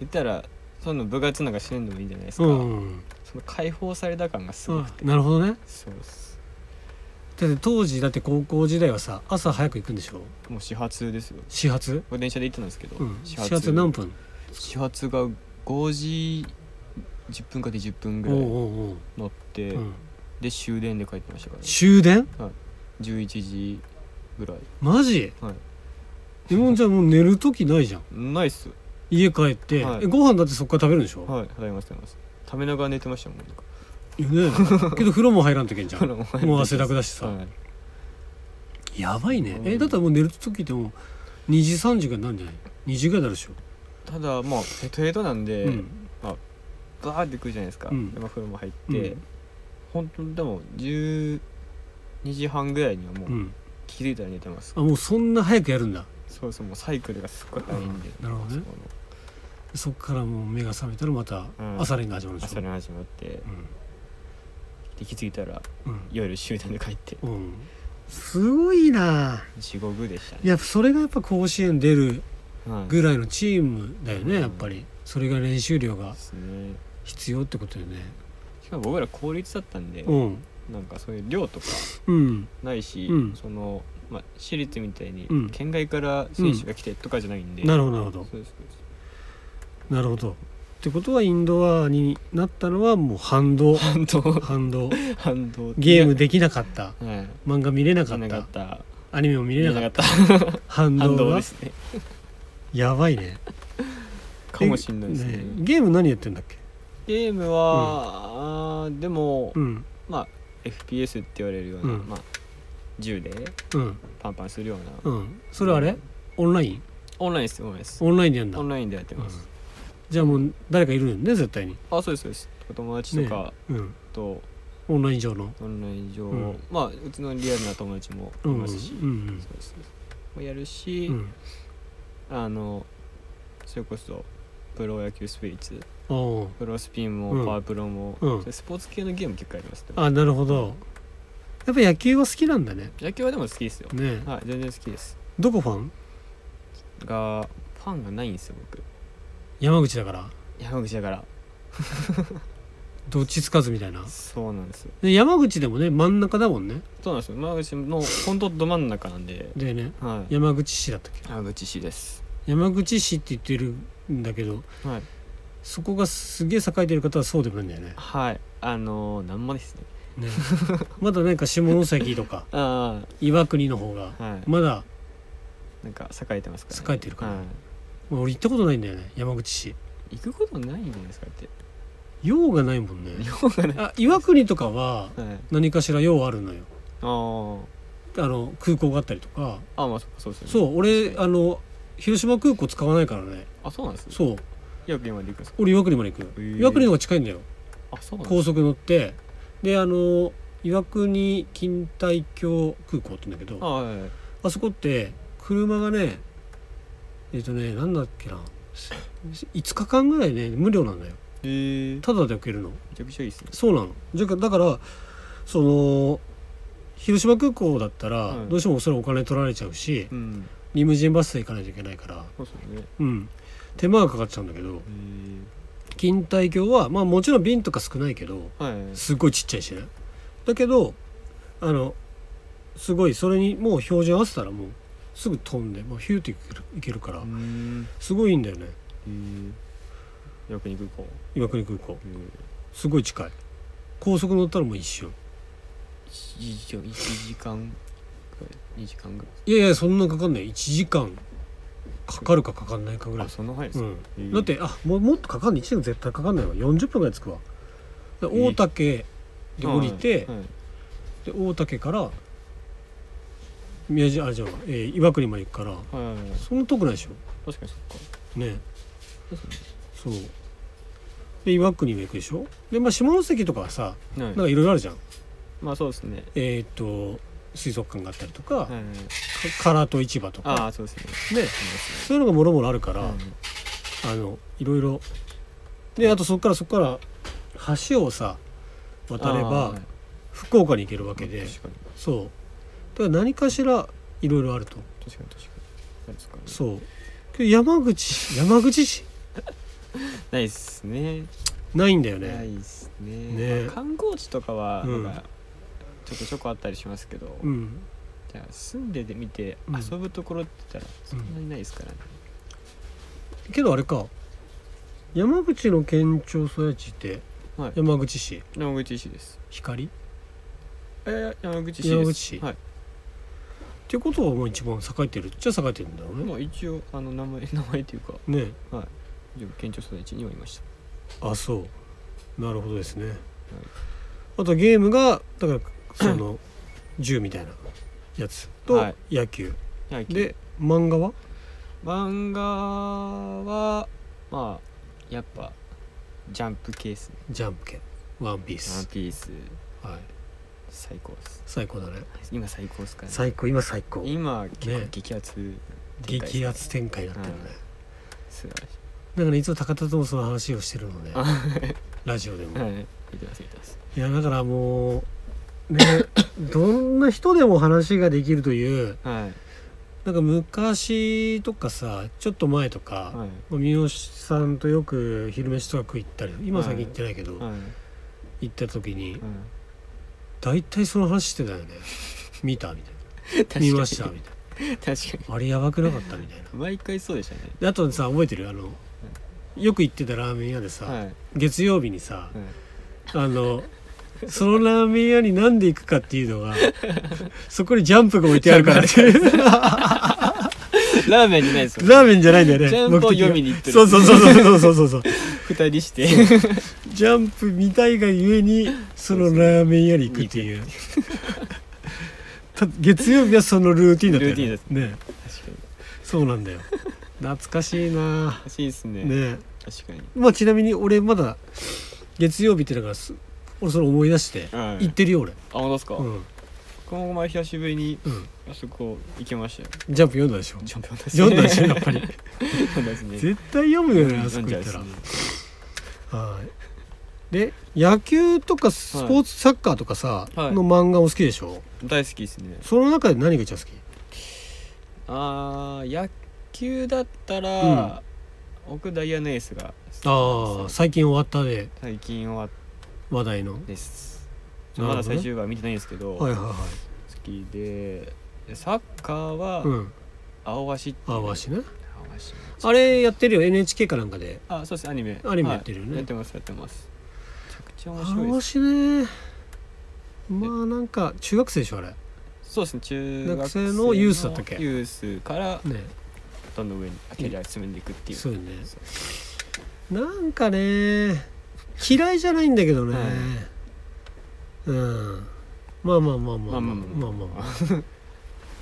Speaker 2: 言ったらその部活なんかしんでもいいんじゃないです
Speaker 1: う
Speaker 2: か、
Speaker 1: ん
Speaker 2: その解放された感がすご
Speaker 1: あ
Speaker 2: くて、
Speaker 1: なるほどね
Speaker 2: そうです
Speaker 1: だって当時だって高校時代はさ朝早く行くんでしょ
Speaker 2: もう始発ですよ
Speaker 1: 始発、
Speaker 2: 僕電車で行ってたんですけど、
Speaker 1: うん、始発何分
Speaker 2: 始発が5時10分か20分
Speaker 1: お
Speaker 2: ぐ
Speaker 1: うお
Speaker 2: らいう
Speaker 1: おう、
Speaker 2: 乗って、
Speaker 1: うん、
Speaker 2: で終電で帰ってましたから、ね、
Speaker 1: 終電
Speaker 2: 11時ぐらい
Speaker 1: マジ、、
Speaker 2: はい
Speaker 1: でもじゃあもう寝る時ないじゃん
Speaker 2: ないっす
Speaker 1: 家帰って、
Speaker 2: はい
Speaker 1: えご飯だってそっから食べるんでしょ、
Speaker 2: はい食べます食べます食べながら寝てましたもん なんか
Speaker 1: いやねけど風呂も入らんといけんじゃん
Speaker 2: も
Speaker 1: もう汗だくだしさ、
Speaker 2: はい、
Speaker 1: やばいね
Speaker 2: う
Speaker 1: え
Speaker 2: ん
Speaker 1: だったらもう寝る時でも2時3時ぐらいになるんじゃない2時ぐらいになるでしょ、
Speaker 2: ただまあヘトヘトなんで、
Speaker 1: うん
Speaker 2: バーってくるじゃないですか、
Speaker 1: うん
Speaker 2: でまあ風呂も入って、
Speaker 1: うん
Speaker 2: 本当にでも12時半ぐらいにはも
Speaker 1: う
Speaker 2: うん気づいたら寝てます、
Speaker 1: あもうそんな早くやるんだ
Speaker 2: そうそうもうサイクルがすっごい早いんで、
Speaker 1: うんなるほどね
Speaker 2: そこの
Speaker 1: そこからもう目が覚めたらまた
Speaker 2: うん
Speaker 1: 朝練が始まるでし
Speaker 2: 朝
Speaker 1: ょ、
Speaker 2: 練始まってで気づいたら
Speaker 1: うん
Speaker 2: 夜終電で帰って
Speaker 1: うん、うん、すごいな
Speaker 2: 地獄でしたね
Speaker 1: いやそれがやっぱ甲子園出る
Speaker 2: はい
Speaker 1: ぐらいのチームだよね
Speaker 2: うん
Speaker 1: やっぱりそれが練習量が
Speaker 2: ですね
Speaker 1: 必要ってことよね
Speaker 2: しかも僕ら公立だったんで
Speaker 1: うん
Speaker 2: なんかそういう寮とか
Speaker 1: うん
Speaker 2: ないし、
Speaker 1: うん
Speaker 2: その、まあ、私立みたいに
Speaker 1: うん
Speaker 2: 県外から選手が来てとかじゃないんで、
Speaker 1: なるほどなるほど
Speaker 2: そうですそうです
Speaker 1: なるほどってことはインドアになったのはもう反 動
Speaker 2: 反動
Speaker 1: 反動
Speaker 2: 反動
Speaker 1: ゲームできなかった
Speaker 2: いやはい
Speaker 1: 漫画見れなか
Speaker 2: 見
Speaker 1: っ
Speaker 2: れなか
Speaker 1: た
Speaker 2: った
Speaker 1: アニメも見れなかった反
Speaker 2: 反
Speaker 1: 動
Speaker 2: 動
Speaker 1: が
Speaker 2: ですね
Speaker 1: やばいね
Speaker 2: かもしんないですね
Speaker 1: えゲーム何やってんだっけ
Speaker 2: ゲームは、あーでも、
Speaker 1: うん
Speaker 2: まあ FPS って言われるような、
Speaker 1: うん
Speaker 2: まあ銃で
Speaker 1: うん
Speaker 2: パンパンするような、
Speaker 1: うんそれあれオンライン
Speaker 2: オンラインですオンラインです
Speaker 1: オンラインでやんだ
Speaker 2: オンラインでやってます、
Speaker 1: うんじゃあもう誰かいるよね絶対に
Speaker 2: あそうですそうですお友達とか
Speaker 1: うん
Speaker 2: と
Speaker 1: オンライン上の
Speaker 2: オンライン上、
Speaker 1: うん
Speaker 2: まあうちのリアルな友達もい
Speaker 1: うんうん
Speaker 2: ますし、そうですそうですもうやるし、
Speaker 1: うん
Speaker 2: あのそれこそプロ野球スピリッ
Speaker 1: う
Speaker 2: ツ
Speaker 1: ん
Speaker 2: プロスピン
Speaker 1: うん
Speaker 2: もパワープロも、
Speaker 1: うん
Speaker 2: それスポーツ系のゲーム結構ありますね
Speaker 1: ああなるほどやっぱ野球は好きなんだね
Speaker 2: 野球はでも好きですよ、
Speaker 1: ね
Speaker 2: はい全然好きです
Speaker 1: どこファン
Speaker 2: がファンがないんですよ僕
Speaker 1: 山口だから
Speaker 2: 山口だから
Speaker 1: どっちつかずみたいな
Speaker 2: そうなんですよ
Speaker 1: で山口でもね真ん中だもんね
Speaker 2: そうなんですよ山口の本当ど真ん中なんで、
Speaker 1: でね
Speaker 2: はい、
Speaker 1: 山口市だったっけ
Speaker 2: 山口市です
Speaker 1: 山口市って言ってるんだけど
Speaker 2: はい、
Speaker 1: そこがすげえ栄えてる方はそうでもないんだよね
Speaker 2: はい、あのー、なんもですね
Speaker 1: ねまだなんか下関とか
Speaker 2: あ
Speaker 1: 岩国の方が
Speaker 2: あはい
Speaker 1: まだ
Speaker 2: なんか栄えてますから、ね、
Speaker 1: 栄えてるから
Speaker 2: はい
Speaker 1: まあ俺行ったことないんだよね山口市
Speaker 2: 行くことないんじゃないですかって
Speaker 1: 用がないもんね
Speaker 2: 用がない
Speaker 1: あ岩国とかは
Speaker 2: はい
Speaker 1: 何かしら用あるのよ
Speaker 2: あー
Speaker 1: あの空港があったりとか
Speaker 2: あまあそっかそうですよね
Speaker 1: そう俺あの広島空港使わないからね
Speaker 2: あそうなんです
Speaker 1: そう
Speaker 2: よく今で行くんですか
Speaker 1: 俺岩国まで行く
Speaker 2: へ
Speaker 1: よ
Speaker 2: え
Speaker 1: 岩国の方が近いんだよ
Speaker 2: あそうなんで
Speaker 1: 高
Speaker 2: す
Speaker 1: 速乗ってであの岩国錦帯橋空港って言うんだけど
Speaker 2: かはいはい
Speaker 1: あそこって車がねえっ、とねなんだっけなす5日間ぐらいね無料なんだよ
Speaker 2: えー、め
Speaker 1: ただで受けるの
Speaker 2: ちゃくちゃいいですね
Speaker 1: そうなのじゃだからその広島空港だったら
Speaker 2: うん
Speaker 1: どうしてもそれお金取られちゃうし、
Speaker 2: うん
Speaker 1: リムジンバスで行かないといけないから
Speaker 2: そうですよね
Speaker 1: うん手間がかかっちゃうんだけど
Speaker 2: えー、
Speaker 1: 錦帯橋はまあもちろん便とか少ないけど
Speaker 2: はいはい
Speaker 1: すっごいちっちゃいしねだけどあのすごいそれにもう標準合わせたらもうすぐ飛んでもうヒューっていけるいけるから
Speaker 2: うーん
Speaker 1: すごいいいんだよね
Speaker 2: えー、よく行くこ
Speaker 1: 岩国空港
Speaker 2: う、うん
Speaker 1: すごい近い高速乗ったらもう一瞬
Speaker 2: 1時間1時間ぐらい2時間ぐらい
Speaker 1: いやいやそんなかかんない1時間かかるかかかんないかぐらい
Speaker 2: あそんな早いで
Speaker 1: う
Speaker 2: すか、
Speaker 1: ん
Speaker 2: えー
Speaker 1: だってあもうもっとかかんない1時間絶対かかんないわ40分ぐらい着くわで
Speaker 2: ー
Speaker 1: 大竹で降りて、
Speaker 2: はいはい
Speaker 1: で大竹から宮島あじゃあ、えー岩国まで行くから
Speaker 2: はいはいはい
Speaker 1: そんな遠くないでしょ
Speaker 2: 確かにそっか
Speaker 1: ねそうで岩国も行くでしょで、まあ、下関とかはさ
Speaker 2: は
Speaker 1: ないんかいろいろあるじゃん
Speaker 2: まあそうですね
Speaker 1: えーっと水族館があったりとか、
Speaker 2: はいはいはい
Speaker 1: カラーと市場と
Speaker 2: あ
Speaker 1: か
Speaker 2: あそうです
Speaker 1: ね
Speaker 2: ねありますね
Speaker 1: そういうのがもろもろあるから、
Speaker 2: はい
Speaker 1: あのいろいろであとそこからそこから橋をさ渡れ
Speaker 2: あー
Speaker 1: ば
Speaker 2: はい
Speaker 1: 福岡に行けるわけで、
Speaker 2: 確かに
Speaker 1: そうだから何かしらいろいろあると
Speaker 2: 確かに確かに何ですかね
Speaker 1: そうけど山口山口市
Speaker 2: ないっすね
Speaker 1: ないんだよ
Speaker 2: な
Speaker 1: ね
Speaker 2: いっすね
Speaker 1: ね
Speaker 2: まあ観光地とかは
Speaker 1: うん
Speaker 2: なんかちょこちょこあったりしますけど、
Speaker 1: うん
Speaker 2: じゃあ住んでてみて
Speaker 1: うん
Speaker 2: 遊ぶところって言ったらそんなにないですからね、
Speaker 1: けどあれか山口の県庁所在地って
Speaker 2: はい
Speaker 1: 山口市、
Speaker 2: 山口市です
Speaker 1: 光っ
Speaker 2: えー、山口市です
Speaker 1: 山口市
Speaker 2: はい
Speaker 1: ていうことはもう一番栄えてるっちゃ栄えてるんだろうね
Speaker 2: まあ一応あの名前 名前というか
Speaker 1: ね
Speaker 2: 一応県庁所在地にはいました
Speaker 1: あそうなるほどですね、あとゲームがだからその 銃みたいなやつと
Speaker 2: はい
Speaker 1: 野球、
Speaker 2: はい
Speaker 1: で漫画は
Speaker 2: 漫画はまあやっぱジャンプケース
Speaker 1: ジャンプ系ワンピー
Speaker 2: ワン
Speaker 1: ス、
Speaker 2: ピース
Speaker 1: はい、
Speaker 2: 最高です
Speaker 1: 最高だね
Speaker 2: 今最高ですからね
Speaker 1: 最高今最高
Speaker 2: 今結
Speaker 1: ね
Speaker 2: 構激アツ、
Speaker 1: 激アツ展開だったよね
Speaker 2: 素晴らしい
Speaker 1: だからいつも高田ともその話をしてるので
Speaker 2: あ
Speaker 1: ラジオでも
Speaker 2: はい聞いてます聞いてます
Speaker 1: いやだからもうね どんな人でも話ができるという
Speaker 2: はい
Speaker 1: なんか昔とかさちょっと前とか、
Speaker 2: はい
Speaker 1: 三好さんとよく昼飯とか食い行ったり今最近行ってないけど、
Speaker 2: はい
Speaker 1: 行った時に
Speaker 2: うん
Speaker 1: 大体その話してた よね見たみたい
Speaker 2: 確か
Speaker 1: な
Speaker 2: に
Speaker 1: 見ましたみたい
Speaker 2: 確か
Speaker 1: なあれやばくなかったみたいな
Speaker 2: に毎回そうでしたね
Speaker 1: であとさ覚えてるあのよく行ってたラーメン屋でさ、
Speaker 2: はい
Speaker 1: 月曜日にさ
Speaker 2: うん
Speaker 1: あのそのラーメン屋になんで行くかっていうのがそこにジャンプが置いてあるからっていう
Speaker 2: ラーメンじゃないですよ
Speaker 1: ラーメンじゃないんだよね
Speaker 2: ジャンプを
Speaker 1: 目的が
Speaker 2: 読みに行ってる
Speaker 1: そうそうそうそうそうそうそう
Speaker 2: 二人して
Speaker 1: ジャンプ見たいがゆえにそのラーメン屋に行くっていうた月曜日はそのルーティンだったよね
Speaker 2: ルーテ
Speaker 1: ね
Speaker 2: 確かに
Speaker 1: そうなんだよ懐かしいな
Speaker 2: 欲しいですね
Speaker 1: ね
Speaker 2: 確かに
Speaker 1: まあちなみに俺まだ月曜日ってだからす俺それ思い出して
Speaker 2: は
Speaker 1: 行
Speaker 2: い
Speaker 1: ってるよ俺、
Speaker 2: あ本当ですか、
Speaker 1: うん
Speaker 2: この前久しぶりに
Speaker 1: うん
Speaker 2: あそこ行きましたよ
Speaker 1: ジャンプ読んだでしょ
Speaker 2: ジャンプ
Speaker 1: 読んだでしょやっぱり
Speaker 2: 読んだです ね
Speaker 1: 絶対読むよねあそ
Speaker 2: 読
Speaker 1: こ
Speaker 2: んじ
Speaker 1: 行
Speaker 2: ゃう
Speaker 1: っ
Speaker 2: った
Speaker 1: ら
Speaker 2: すね
Speaker 1: はいで野球とかスポーツサッカーとかさ、
Speaker 2: はい
Speaker 1: の漫画も好きでしょ
Speaker 2: 大好きですね
Speaker 1: その中で何が一番好き
Speaker 2: あー野球だったら、奥ダイヤのエースが
Speaker 1: ああ最近終わったで
Speaker 2: 最近は
Speaker 1: 話題の
Speaker 2: です
Speaker 1: なるほ
Speaker 2: ま
Speaker 1: どね
Speaker 2: だ最終話見てないんですけど
Speaker 1: はいはいは
Speaker 2: 好きででサッカーはい
Speaker 1: うん
Speaker 2: 青足っていう
Speaker 1: あわしね
Speaker 2: 青足
Speaker 1: あれやってるよ NHK かなんかで
Speaker 2: あそうですアニメ
Speaker 1: アニメやってるよね
Speaker 2: はいやってますやってますめちゃくちゃ面
Speaker 1: あ
Speaker 2: 白い
Speaker 1: わ
Speaker 2: です
Speaker 1: しねまあなんか中学生でしょあれ
Speaker 2: そうですね中
Speaker 1: 学
Speaker 2: 学
Speaker 1: 生
Speaker 2: 生
Speaker 1: のユースだったっけ
Speaker 2: ユースから
Speaker 1: ね
Speaker 2: どんどん上にキャリア進めていくっていう
Speaker 1: そうよねなんかね嫌いじゃないんだけどね、
Speaker 2: はい
Speaker 1: うんまあまあまあまあまあ
Speaker 2: まあ
Speaker 1: ま
Speaker 2: ま
Speaker 1: あ
Speaker 2: あ
Speaker 1: ま
Speaker 2: ま
Speaker 1: あ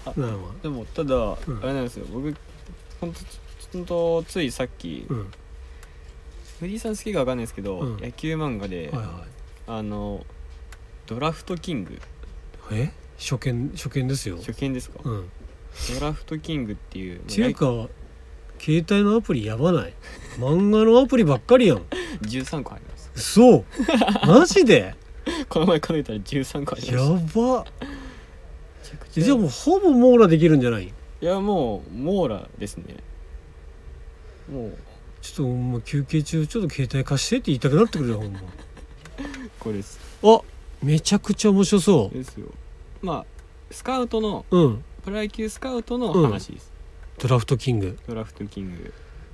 Speaker 2: あ
Speaker 1: まあ
Speaker 2: まあ
Speaker 1: まあま
Speaker 2: でもただ、
Speaker 1: ん
Speaker 2: あれなんですよ僕ほんとほんとついさっき、
Speaker 1: うん
Speaker 2: 藤井さん好きかわかんないですけど、
Speaker 1: うん
Speaker 2: 野球漫画で、
Speaker 1: はいは
Speaker 2: あのドラフトキング
Speaker 1: いえ初見初見ですよ
Speaker 2: 初見ですか、
Speaker 1: うん
Speaker 2: ドラフトキングっていう
Speaker 1: ていうか携帯のアプリやばない漫画のアプリばっかりやん
Speaker 2: 13個入ります
Speaker 1: そうマジで
Speaker 2: この前数えたら13個入り
Speaker 1: や
Speaker 2: まし
Speaker 1: ば
Speaker 2: ためちゃくち
Speaker 1: え
Speaker 2: ゃ
Speaker 1: じゃあもうほぼ網羅できるんじゃない
Speaker 2: いやもう網羅ですねもう
Speaker 1: ちょっともう休憩中ちょっと携帯貸してって言いたくなってくるよほんま
Speaker 2: これです
Speaker 1: あめちゃくちゃ面白そ
Speaker 2: ですよまあスカウトの
Speaker 1: ううん
Speaker 2: プロ野球スカウトの
Speaker 1: うん
Speaker 2: 話です、
Speaker 1: ドラフトキング
Speaker 2: ドラフトキング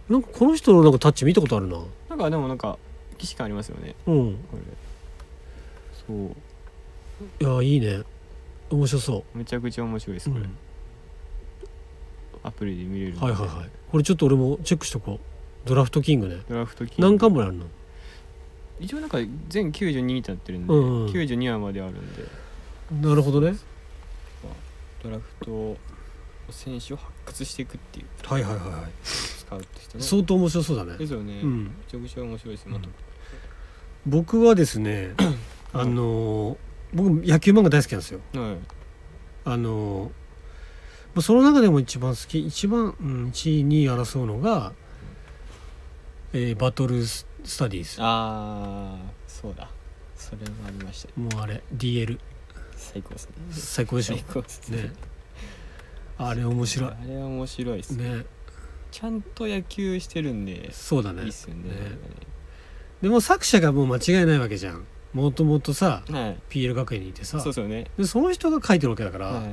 Speaker 1: なんかこの人のなんかタッチ見たことあるな
Speaker 2: なんかでもなんか既視感ありますよね
Speaker 1: うん
Speaker 2: これそう
Speaker 1: いやいいね面白そ
Speaker 2: めちゃくちゃ面白いです
Speaker 1: う、う
Speaker 2: これ、
Speaker 1: ん、
Speaker 2: アプリで見れるの
Speaker 1: はい
Speaker 2: で
Speaker 1: はいはいこれちょっと俺もチェックしとこうドラフトキングね
Speaker 2: ドラフトキング
Speaker 1: 何巻もあるの
Speaker 2: 一応なんか全92になってるんで、
Speaker 1: うんうん
Speaker 2: 92話まであるんで
Speaker 1: なるほどね
Speaker 2: ドラフト選手を発掘していくっていう
Speaker 1: はいはいはいはい
Speaker 2: スカウトしてね
Speaker 1: 相当面白そうだ
Speaker 2: で
Speaker 1: ね
Speaker 2: すよね、
Speaker 1: うん
Speaker 2: めちゃくちゃ面白いですね、また
Speaker 1: 僕はです ねあのー僕野球漫画大好きなんですよ
Speaker 2: はい
Speaker 1: あのーまあその中でも一番好き一番、うん、1位2位争うのが、えーバトルススタディーズ
Speaker 2: ああそうだそれもありました
Speaker 1: もうあれ DL
Speaker 2: 最高ですね
Speaker 1: 最高でしょ
Speaker 2: 最高ですね
Speaker 1: ねあれ面白
Speaker 2: あれは面白いです
Speaker 1: い
Speaker 2: ね
Speaker 1: ね
Speaker 2: ちゃんと野球してるんで
Speaker 1: そうだ
Speaker 2: いい
Speaker 1: ね
Speaker 2: っすよね
Speaker 1: でも作者がもう間違いないわけじゃんもともとさ
Speaker 2: はい
Speaker 1: PL 学園にいてさ
Speaker 2: そうですよね
Speaker 1: でその人が書いてるわけだから、
Speaker 2: はい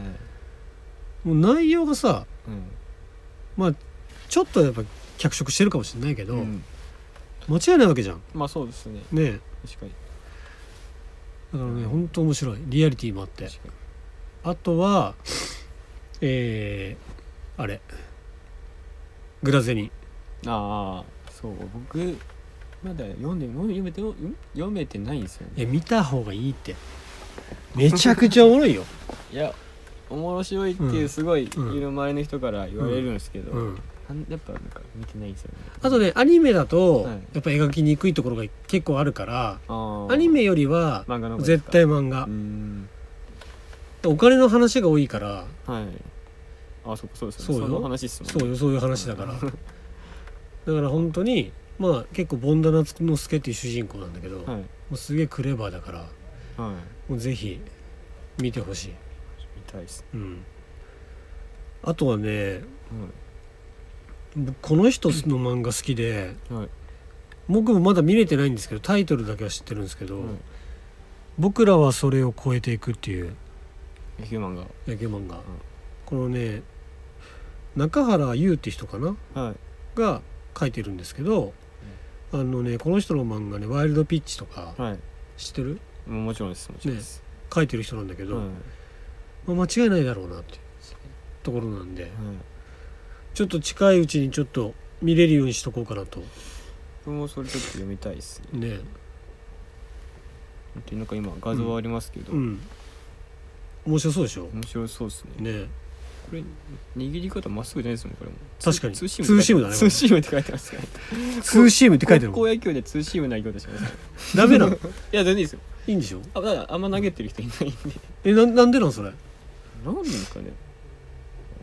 Speaker 1: もう内容がさ
Speaker 2: うん
Speaker 1: ちょっとやっぱ脚色してるかもしれないけど、
Speaker 2: うん
Speaker 1: 間違いないわけじゃん
Speaker 2: まあそうですね
Speaker 1: ね
Speaker 2: 確かに
Speaker 1: だからね本当面白いリアリティもあって
Speaker 2: 確か
Speaker 1: あとはえー、あれグラゼニ
Speaker 2: にああそう僕まだ読んでも読めてもん読めてないんですよ
Speaker 1: い
Speaker 2: ね
Speaker 1: や見た方がいいってめちゃくちゃおもろい よ、
Speaker 2: いや面白いっていううんすごい
Speaker 1: うん
Speaker 2: 色周りの人から言われるんですけど、
Speaker 1: うん、
Speaker 2: なんやっぱなんか見てないんですよね
Speaker 1: あとねアニメだと
Speaker 2: はい
Speaker 1: やっぱ描きにくいところが結構あるから
Speaker 2: あー
Speaker 1: アニメよりは
Speaker 2: 漫画の方がいいです
Speaker 1: 絶
Speaker 2: か
Speaker 1: 対漫画
Speaker 2: うーん
Speaker 1: お金の話が多いから
Speaker 2: はいあそこそうです
Speaker 1: そう
Speaker 2: よ
Speaker 1: よ
Speaker 2: ねその話っすもんね
Speaker 1: そうよそういう話だからだから本当にまあ結構ボンダナツノスケっていう主人公なんだけど、も
Speaker 2: はいう
Speaker 1: すげえクレバーだから
Speaker 2: はい
Speaker 1: もうぜひ見てほしい、
Speaker 2: 見たいです
Speaker 1: うん、あとはね
Speaker 2: は
Speaker 1: 僕この人の漫画好きで
Speaker 2: いはい
Speaker 1: 僕もまだ見れてないんですけどタイトルだけは知ってるんですけど「僕らはそれを超えていく」っていう
Speaker 2: ヒューマンが
Speaker 1: 野球漫画、このね中原優って人かな
Speaker 2: はい
Speaker 1: が書いてるんですけど、あのねこの人の漫画ね「ワイルドピッチ」とか
Speaker 2: はい
Speaker 1: 知ってる
Speaker 2: ももちろんですもちろんです、
Speaker 1: 書いてる人なんだけど、
Speaker 2: はい
Speaker 1: まあ、間違いないだろうなっていうところなんで
Speaker 2: はい
Speaker 1: ちょっと近いうちにちょっと見れるようにしとこうかなと
Speaker 2: 僕もそれちょっと読みたいですね
Speaker 1: ね
Speaker 2: 本当になんか今画像ありますけど、
Speaker 1: うん面白そうでしょ
Speaker 2: 面白そうですね
Speaker 1: ね
Speaker 2: これ握り方まっすぐじゃないですもんこれも
Speaker 1: 確かに
Speaker 2: ツーシーム
Speaker 1: ツーシームだね
Speaker 2: ツーシームって書いてますね
Speaker 1: ツーシームって書いてあるも
Speaker 2: 高
Speaker 1: ん
Speaker 2: 校野球でツーシーム投げようとしてますね
Speaker 1: ダメなの
Speaker 2: いや全然いいですよ
Speaker 1: いいんでしょ
Speaker 2: あだからあんま投げてる人いないんで
Speaker 1: えななんでなんそれ
Speaker 2: 何なんですかね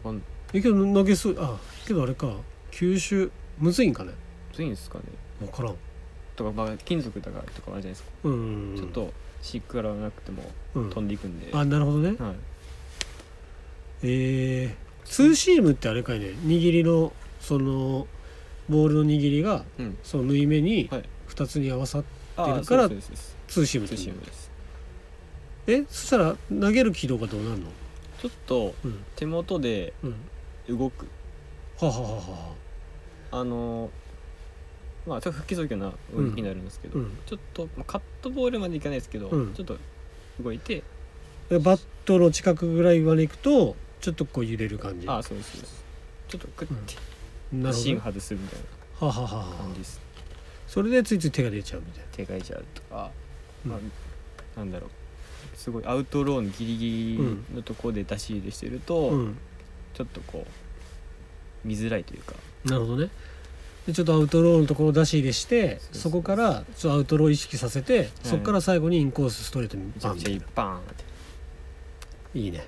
Speaker 2: わかん
Speaker 1: えけど投げすあけどあれか吸収むずいんかね
Speaker 2: ないんですかね
Speaker 1: 分からん
Speaker 2: とか、まあ、金属だからとかあるじゃないですか、
Speaker 1: うん
Speaker 2: ちょっとシックらなくても
Speaker 1: うん
Speaker 2: 飛んでいくんで、は
Speaker 1: あ
Speaker 2: い、
Speaker 1: なるほどねえー、ツーシームってあれかいね握りのそのボールの握りが
Speaker 2: うん
Speaker 1: その縫い目に
Speaker 2: はい
Speaker 1: 2つに合わさって
Speaker 2: あ
Speaker 1: 出
Speaker 2: ー
Speaker 1: るから
Speaker 2: そうですそうです
Speaker 1: ツーシームっ
Speaker 2: ツ
Speaker 1: て
Speaker 2: ーシ
Speaker 1: 言
Speaker 2: ー
Speaker 1: うの
Speaker 2: ムです
Speaker 1: えそしたら投げる軌道がどうなるの
Speaker 2: ちょっと
Speaker 1: うん
Speaker 2: 手元で
Speaker 1: うん
Speaker 2: 動く
Speaker 1: はあはあはあはあ
Speaker 2: あのーまあちょっと不規則な動きになるんですけど、
Speaker 1: うん
Speaker 2: ちょっとまあカットボールまでいかないですけど、
Speaker 1: うん
Speaker 2: ちょっと動いて
Speaker 1: でバットの近くぐらいまで行くとちょっとこう揺れる感じ
Speaker 2: ああそうですそうですちょっとクッて
Speaker 1: なるほど
Speaker 2: 芯
Speaker 1: ね
Speaker 2: 外すみたいな
Speaker 1: はあはあはあはあ
Speaker 2: 感じです
Speaker 1: それでついつい手が出ちゃうみたいな
Speaker 2: 手がいちゃうとか、
Speaker 1: うん
Speaker 2: まあ、なんだろうすごいアウトローンギリギリのところで出し入れしてると、
Speaker 1: うん
Speaker 2: ちょっとこう見づらいというか
Speaker 1: なるほどねでちょっとアウトローのところを出し入れして
Speaker 2: そうそう
Speaker 1: そこからちょっとアウトロー意識させてそこから最後にインコースストレートに
Speaker 2: めち
Speaker 1: バ
Speaker 2: ゃ
Speaker 1: ン
Speaker 2: く
Speaker 1: み
Speaker 2: ちゃ
Speaker 1: た
Speaker 2: い
Speaker 1: い
Speaker 2: い
Speaker 1: な
Speaker 2: バーンって
Speaker 1: いいね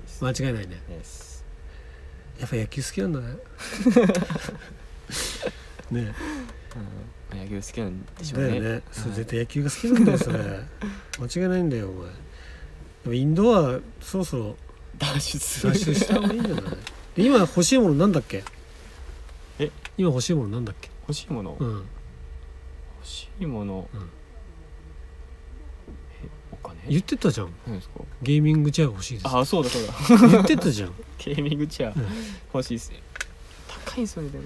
Speaker 2: です、
Speaker 1: 間違いないね
Speaker 2: です
Speaker 1: やっぱ野球好きなん だねね
Speaker 2: うん、野球好きなんでしょう
Speaker 1: だ
Speaker 2: ね
Speaker 1: よねそう絶対野球が好きなんだよそ れ間違いないんだよお前でもインドアそろそろ
Speaker 2: 脱出す
Speaker 1: 脱
Speaker 2: る
Speaker 1: 出した方がいいんじゃないで今欲しいものなんだっけ
Speaker 2: え
Speaker 1: 今欲しいものなんだっけ
Speaker 2: 欲しいもの、
Speaker 1: う
Speaker 2: 欲
Speaker 1: ん
Speaker 2: しいもの、
Speaker 1: うん
Speaker 2: えお金
Speaker 1: 言ってたじゃん
Speaker 2: 何ですか
Speaker 1: ゲーミングチェア欲しいです
Speaker 2: ああそうだそうだ
Speaker 1: 言 ってたじゃん
Speaker 2: ゲーミングチェア
Speaker 1: うん
Speaker 2: 欲しいですね高いんですよねでも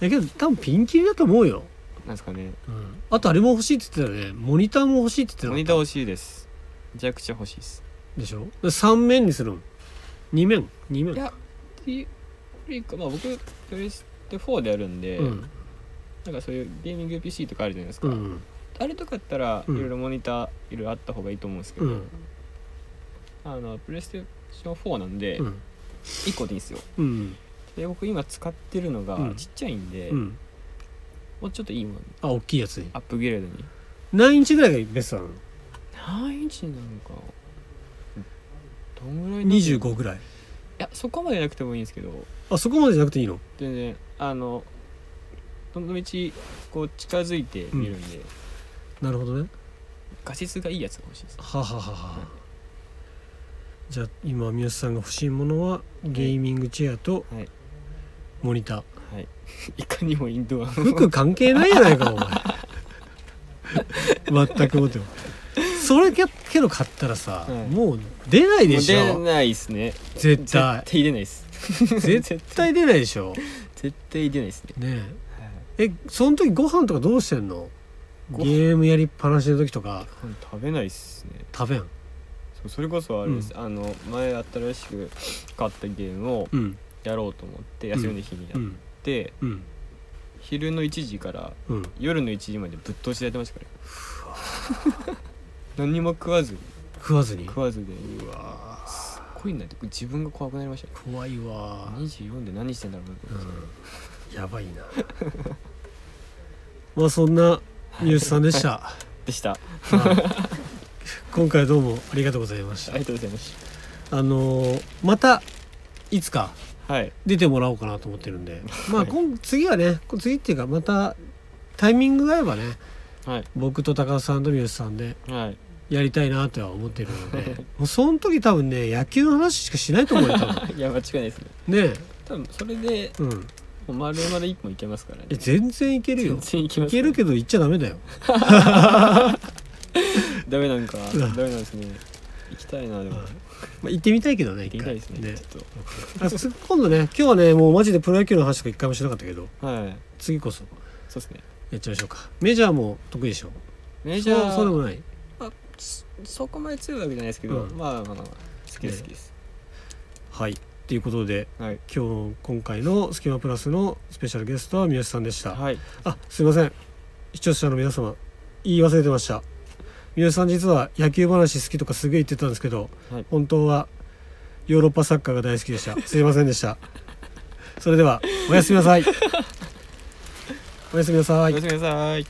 Speaker 1: だけど多分ピンキリだと思うよ、
Speaker 2: なんですかね
Speaker 1: うん、あとあれも欲しいって言ってたよねモニターも欲しいって言
Speaker 2: モ
Speaker 1: って
Speaker 2: ニ
Speaker 1: た
Speaker 2: ター欲しいですめちゃくちゃ欲しいです
Speaker 1: でしょ3面にするの2面2面
Speaker 2: いやっていうかまあ僕プレステ4でやるんで、
Speaker 1: うん
Speaker 2: なんかそういうゲーミング PC とかあるじゃないですか、
Speaker 1: うん
Speaker 2: あれとかだったらい
Speaker 1: うん
Speaker 2: ろいろモニターいろいろあった方がいいと思うんですけ
Speaker 1: う
Speaker 2: ど、
Speaker 1: ん
Speaker 2: あのプレイステーション4なんで
Speaker 1: うん
Speaker 2: 1個でいいんですよ
Speaker 1: うん
Speaker 2: で僕今使ってるのが
Speaker 1: うん
Speaker 2: ちっちゃいんで、
Speaker 1: うん
Speaker 2: もうちょっといいもの
Speaker 1: あ大きいやつに
Speaker 2: アップグレードに
Speaker 1: 何インチぐらいがベストなの
Speaker 2: 何インチなのかどんぐらいなんだろうい
Speaker 1: 25ぐらい
Speaker 2: やそこまでなくてもいいんですけど
Speaker 1: あそこまでじゃなくていいの
Speaker 2: 全然あのどの道こう近づいて見るんで、
Speaker 1: なるほどね
Speaker 2: 画質がいいやつが欲しいです
Speaker 1: はあはあはあはあじゃあ今三好さんが欲しいものはゲーミングチェアと
Speaker 2: はい
Speaker 1: モニター、
Speaker 2: はいいかにもインドアの
Speaker 1: 服関係ないじゃないかお前全くもってもそれけけど買ったらさ、
Speaker 2: うん
Speaker 1: もう出ないでし
Speaker 2: もう
Speaker 1: ょ
Speaker 2: 出ないですね
Speaker 1: 絶
Speaker 2: 絶
Speaker 1: 対
Speaker 2: 対出ないです
Speaker 1: 絶対出ないでしょ
Speaker 2: 絶対出ないですね、
Speaker 1: ねええその時ご飯とかどうしてんの
Speaker 2: ご飯
Speaker 1: ゲームやりっぱなしの時とか
Speaker 2: 食べないっすね
Speaker 1: 食べん
Speaker 2: そうそれこそあれです、あの前新しく買ったゲームを
Speaker 1: うん
Speaker 2: やろうと思って休みの日にや
Speaker 1: う
Speaker 2: っ
Speaker 1: ん
Speaker 2: て、
Speaker 1: うん
Speaker 2: 昼の1時から
Speaker 1: うん
Speaker 2: 夜の1時までぶっ通しでやってましたから何も食わずに
Speaker 1: 食わずに
Speaker 2: 食わずでうわすっごいなって自分が怖くなりましたね
Speaker 1: 怖いわ
Speaker 2: 24で何してんだろうなと思って、
Speaker 1: うんやばいな まあそんなニュースさんでした、
Speaker 2: でしたあ
Speaker 1: はい今回はどうもありがとうございました
Speaker 2: りがとうございまし
Speaker 1: あのーまたいつか
Speaker 2: たはい
Speaker 1: 出てもらおうかなと思ってるんで、ま
Speaker 2: は
Speaker 1: あ
Speaker 2: い
Speaker 1: 今次はねこ次っていうかまたタイミングが合えばね
Speaker 2: はい
Speaker 1: 僕と高田さんと三好さんで
Speaker 2: はい
Speaker 1: やりたいなとは思ってるので もうその時多分ね野球の話しかしないと思うよ多 分
Speaker 2: いや間違いないですね
Speaker 1: ね
Speaker 2: 多分それで
Speaker 1: えうん
Speaker 2: もう丸々一本いけますからね
Speaker 1: え全然いけるよ
Speaker 2: 全然いけま
Speaker 1: い
Speaker 2: すね
Speaker 1: けるけど行っちゃダメだよ
Speaker 2: ダメ なんか
Speaker 1: うん
Speaker 2: ダメなんですね行きたいなでも
Speaker 1: うんまあ、行ってみたいけどね
Speaker 2: 行っ
Speaker 1: 一
Speaker 2: てみたい
Speaker 1: 回
Speaker 2: ですねちょっ
Speaker 1: あす今度ね今日はねもうマジでプロ野球の話とか一回もしなかったけど
Speaker 2: とはい
Speaker 1: 次こそ
Speaker 2: そうですね
Speaker 1: やっちゃいましょうかメジャーも得意でしょ
Speaker 2: メジャー
Speaker 1: そうそうでもない
Speaker 2: そそこまで強いわけじゃないですけど、
Speaker 1: うん
Speaker 2: まあまあまあまあ好きで
Speaker 1: ね
Speaker 2: す好きです、
Speaker 1: はいということで
Speaker 2: はい
Speaker 1: 今日今回の「スキマプラス」のスペシャルゲストは三好さんでした、
Speaker 2: はい
Speaker 1: あすいません視聴者の皆様言い忘れてました三好さん実は野球話好きとかすげえ言ってたんですけど、
Speaker 2: はい
Speaker 1: 本当はヨーロッパサッカーが大好きでしたすいませんでした それではおやすみなさいおやすみなさ
Speaker 2: お
Speaker 1: い
Speaker 2: やすみなさい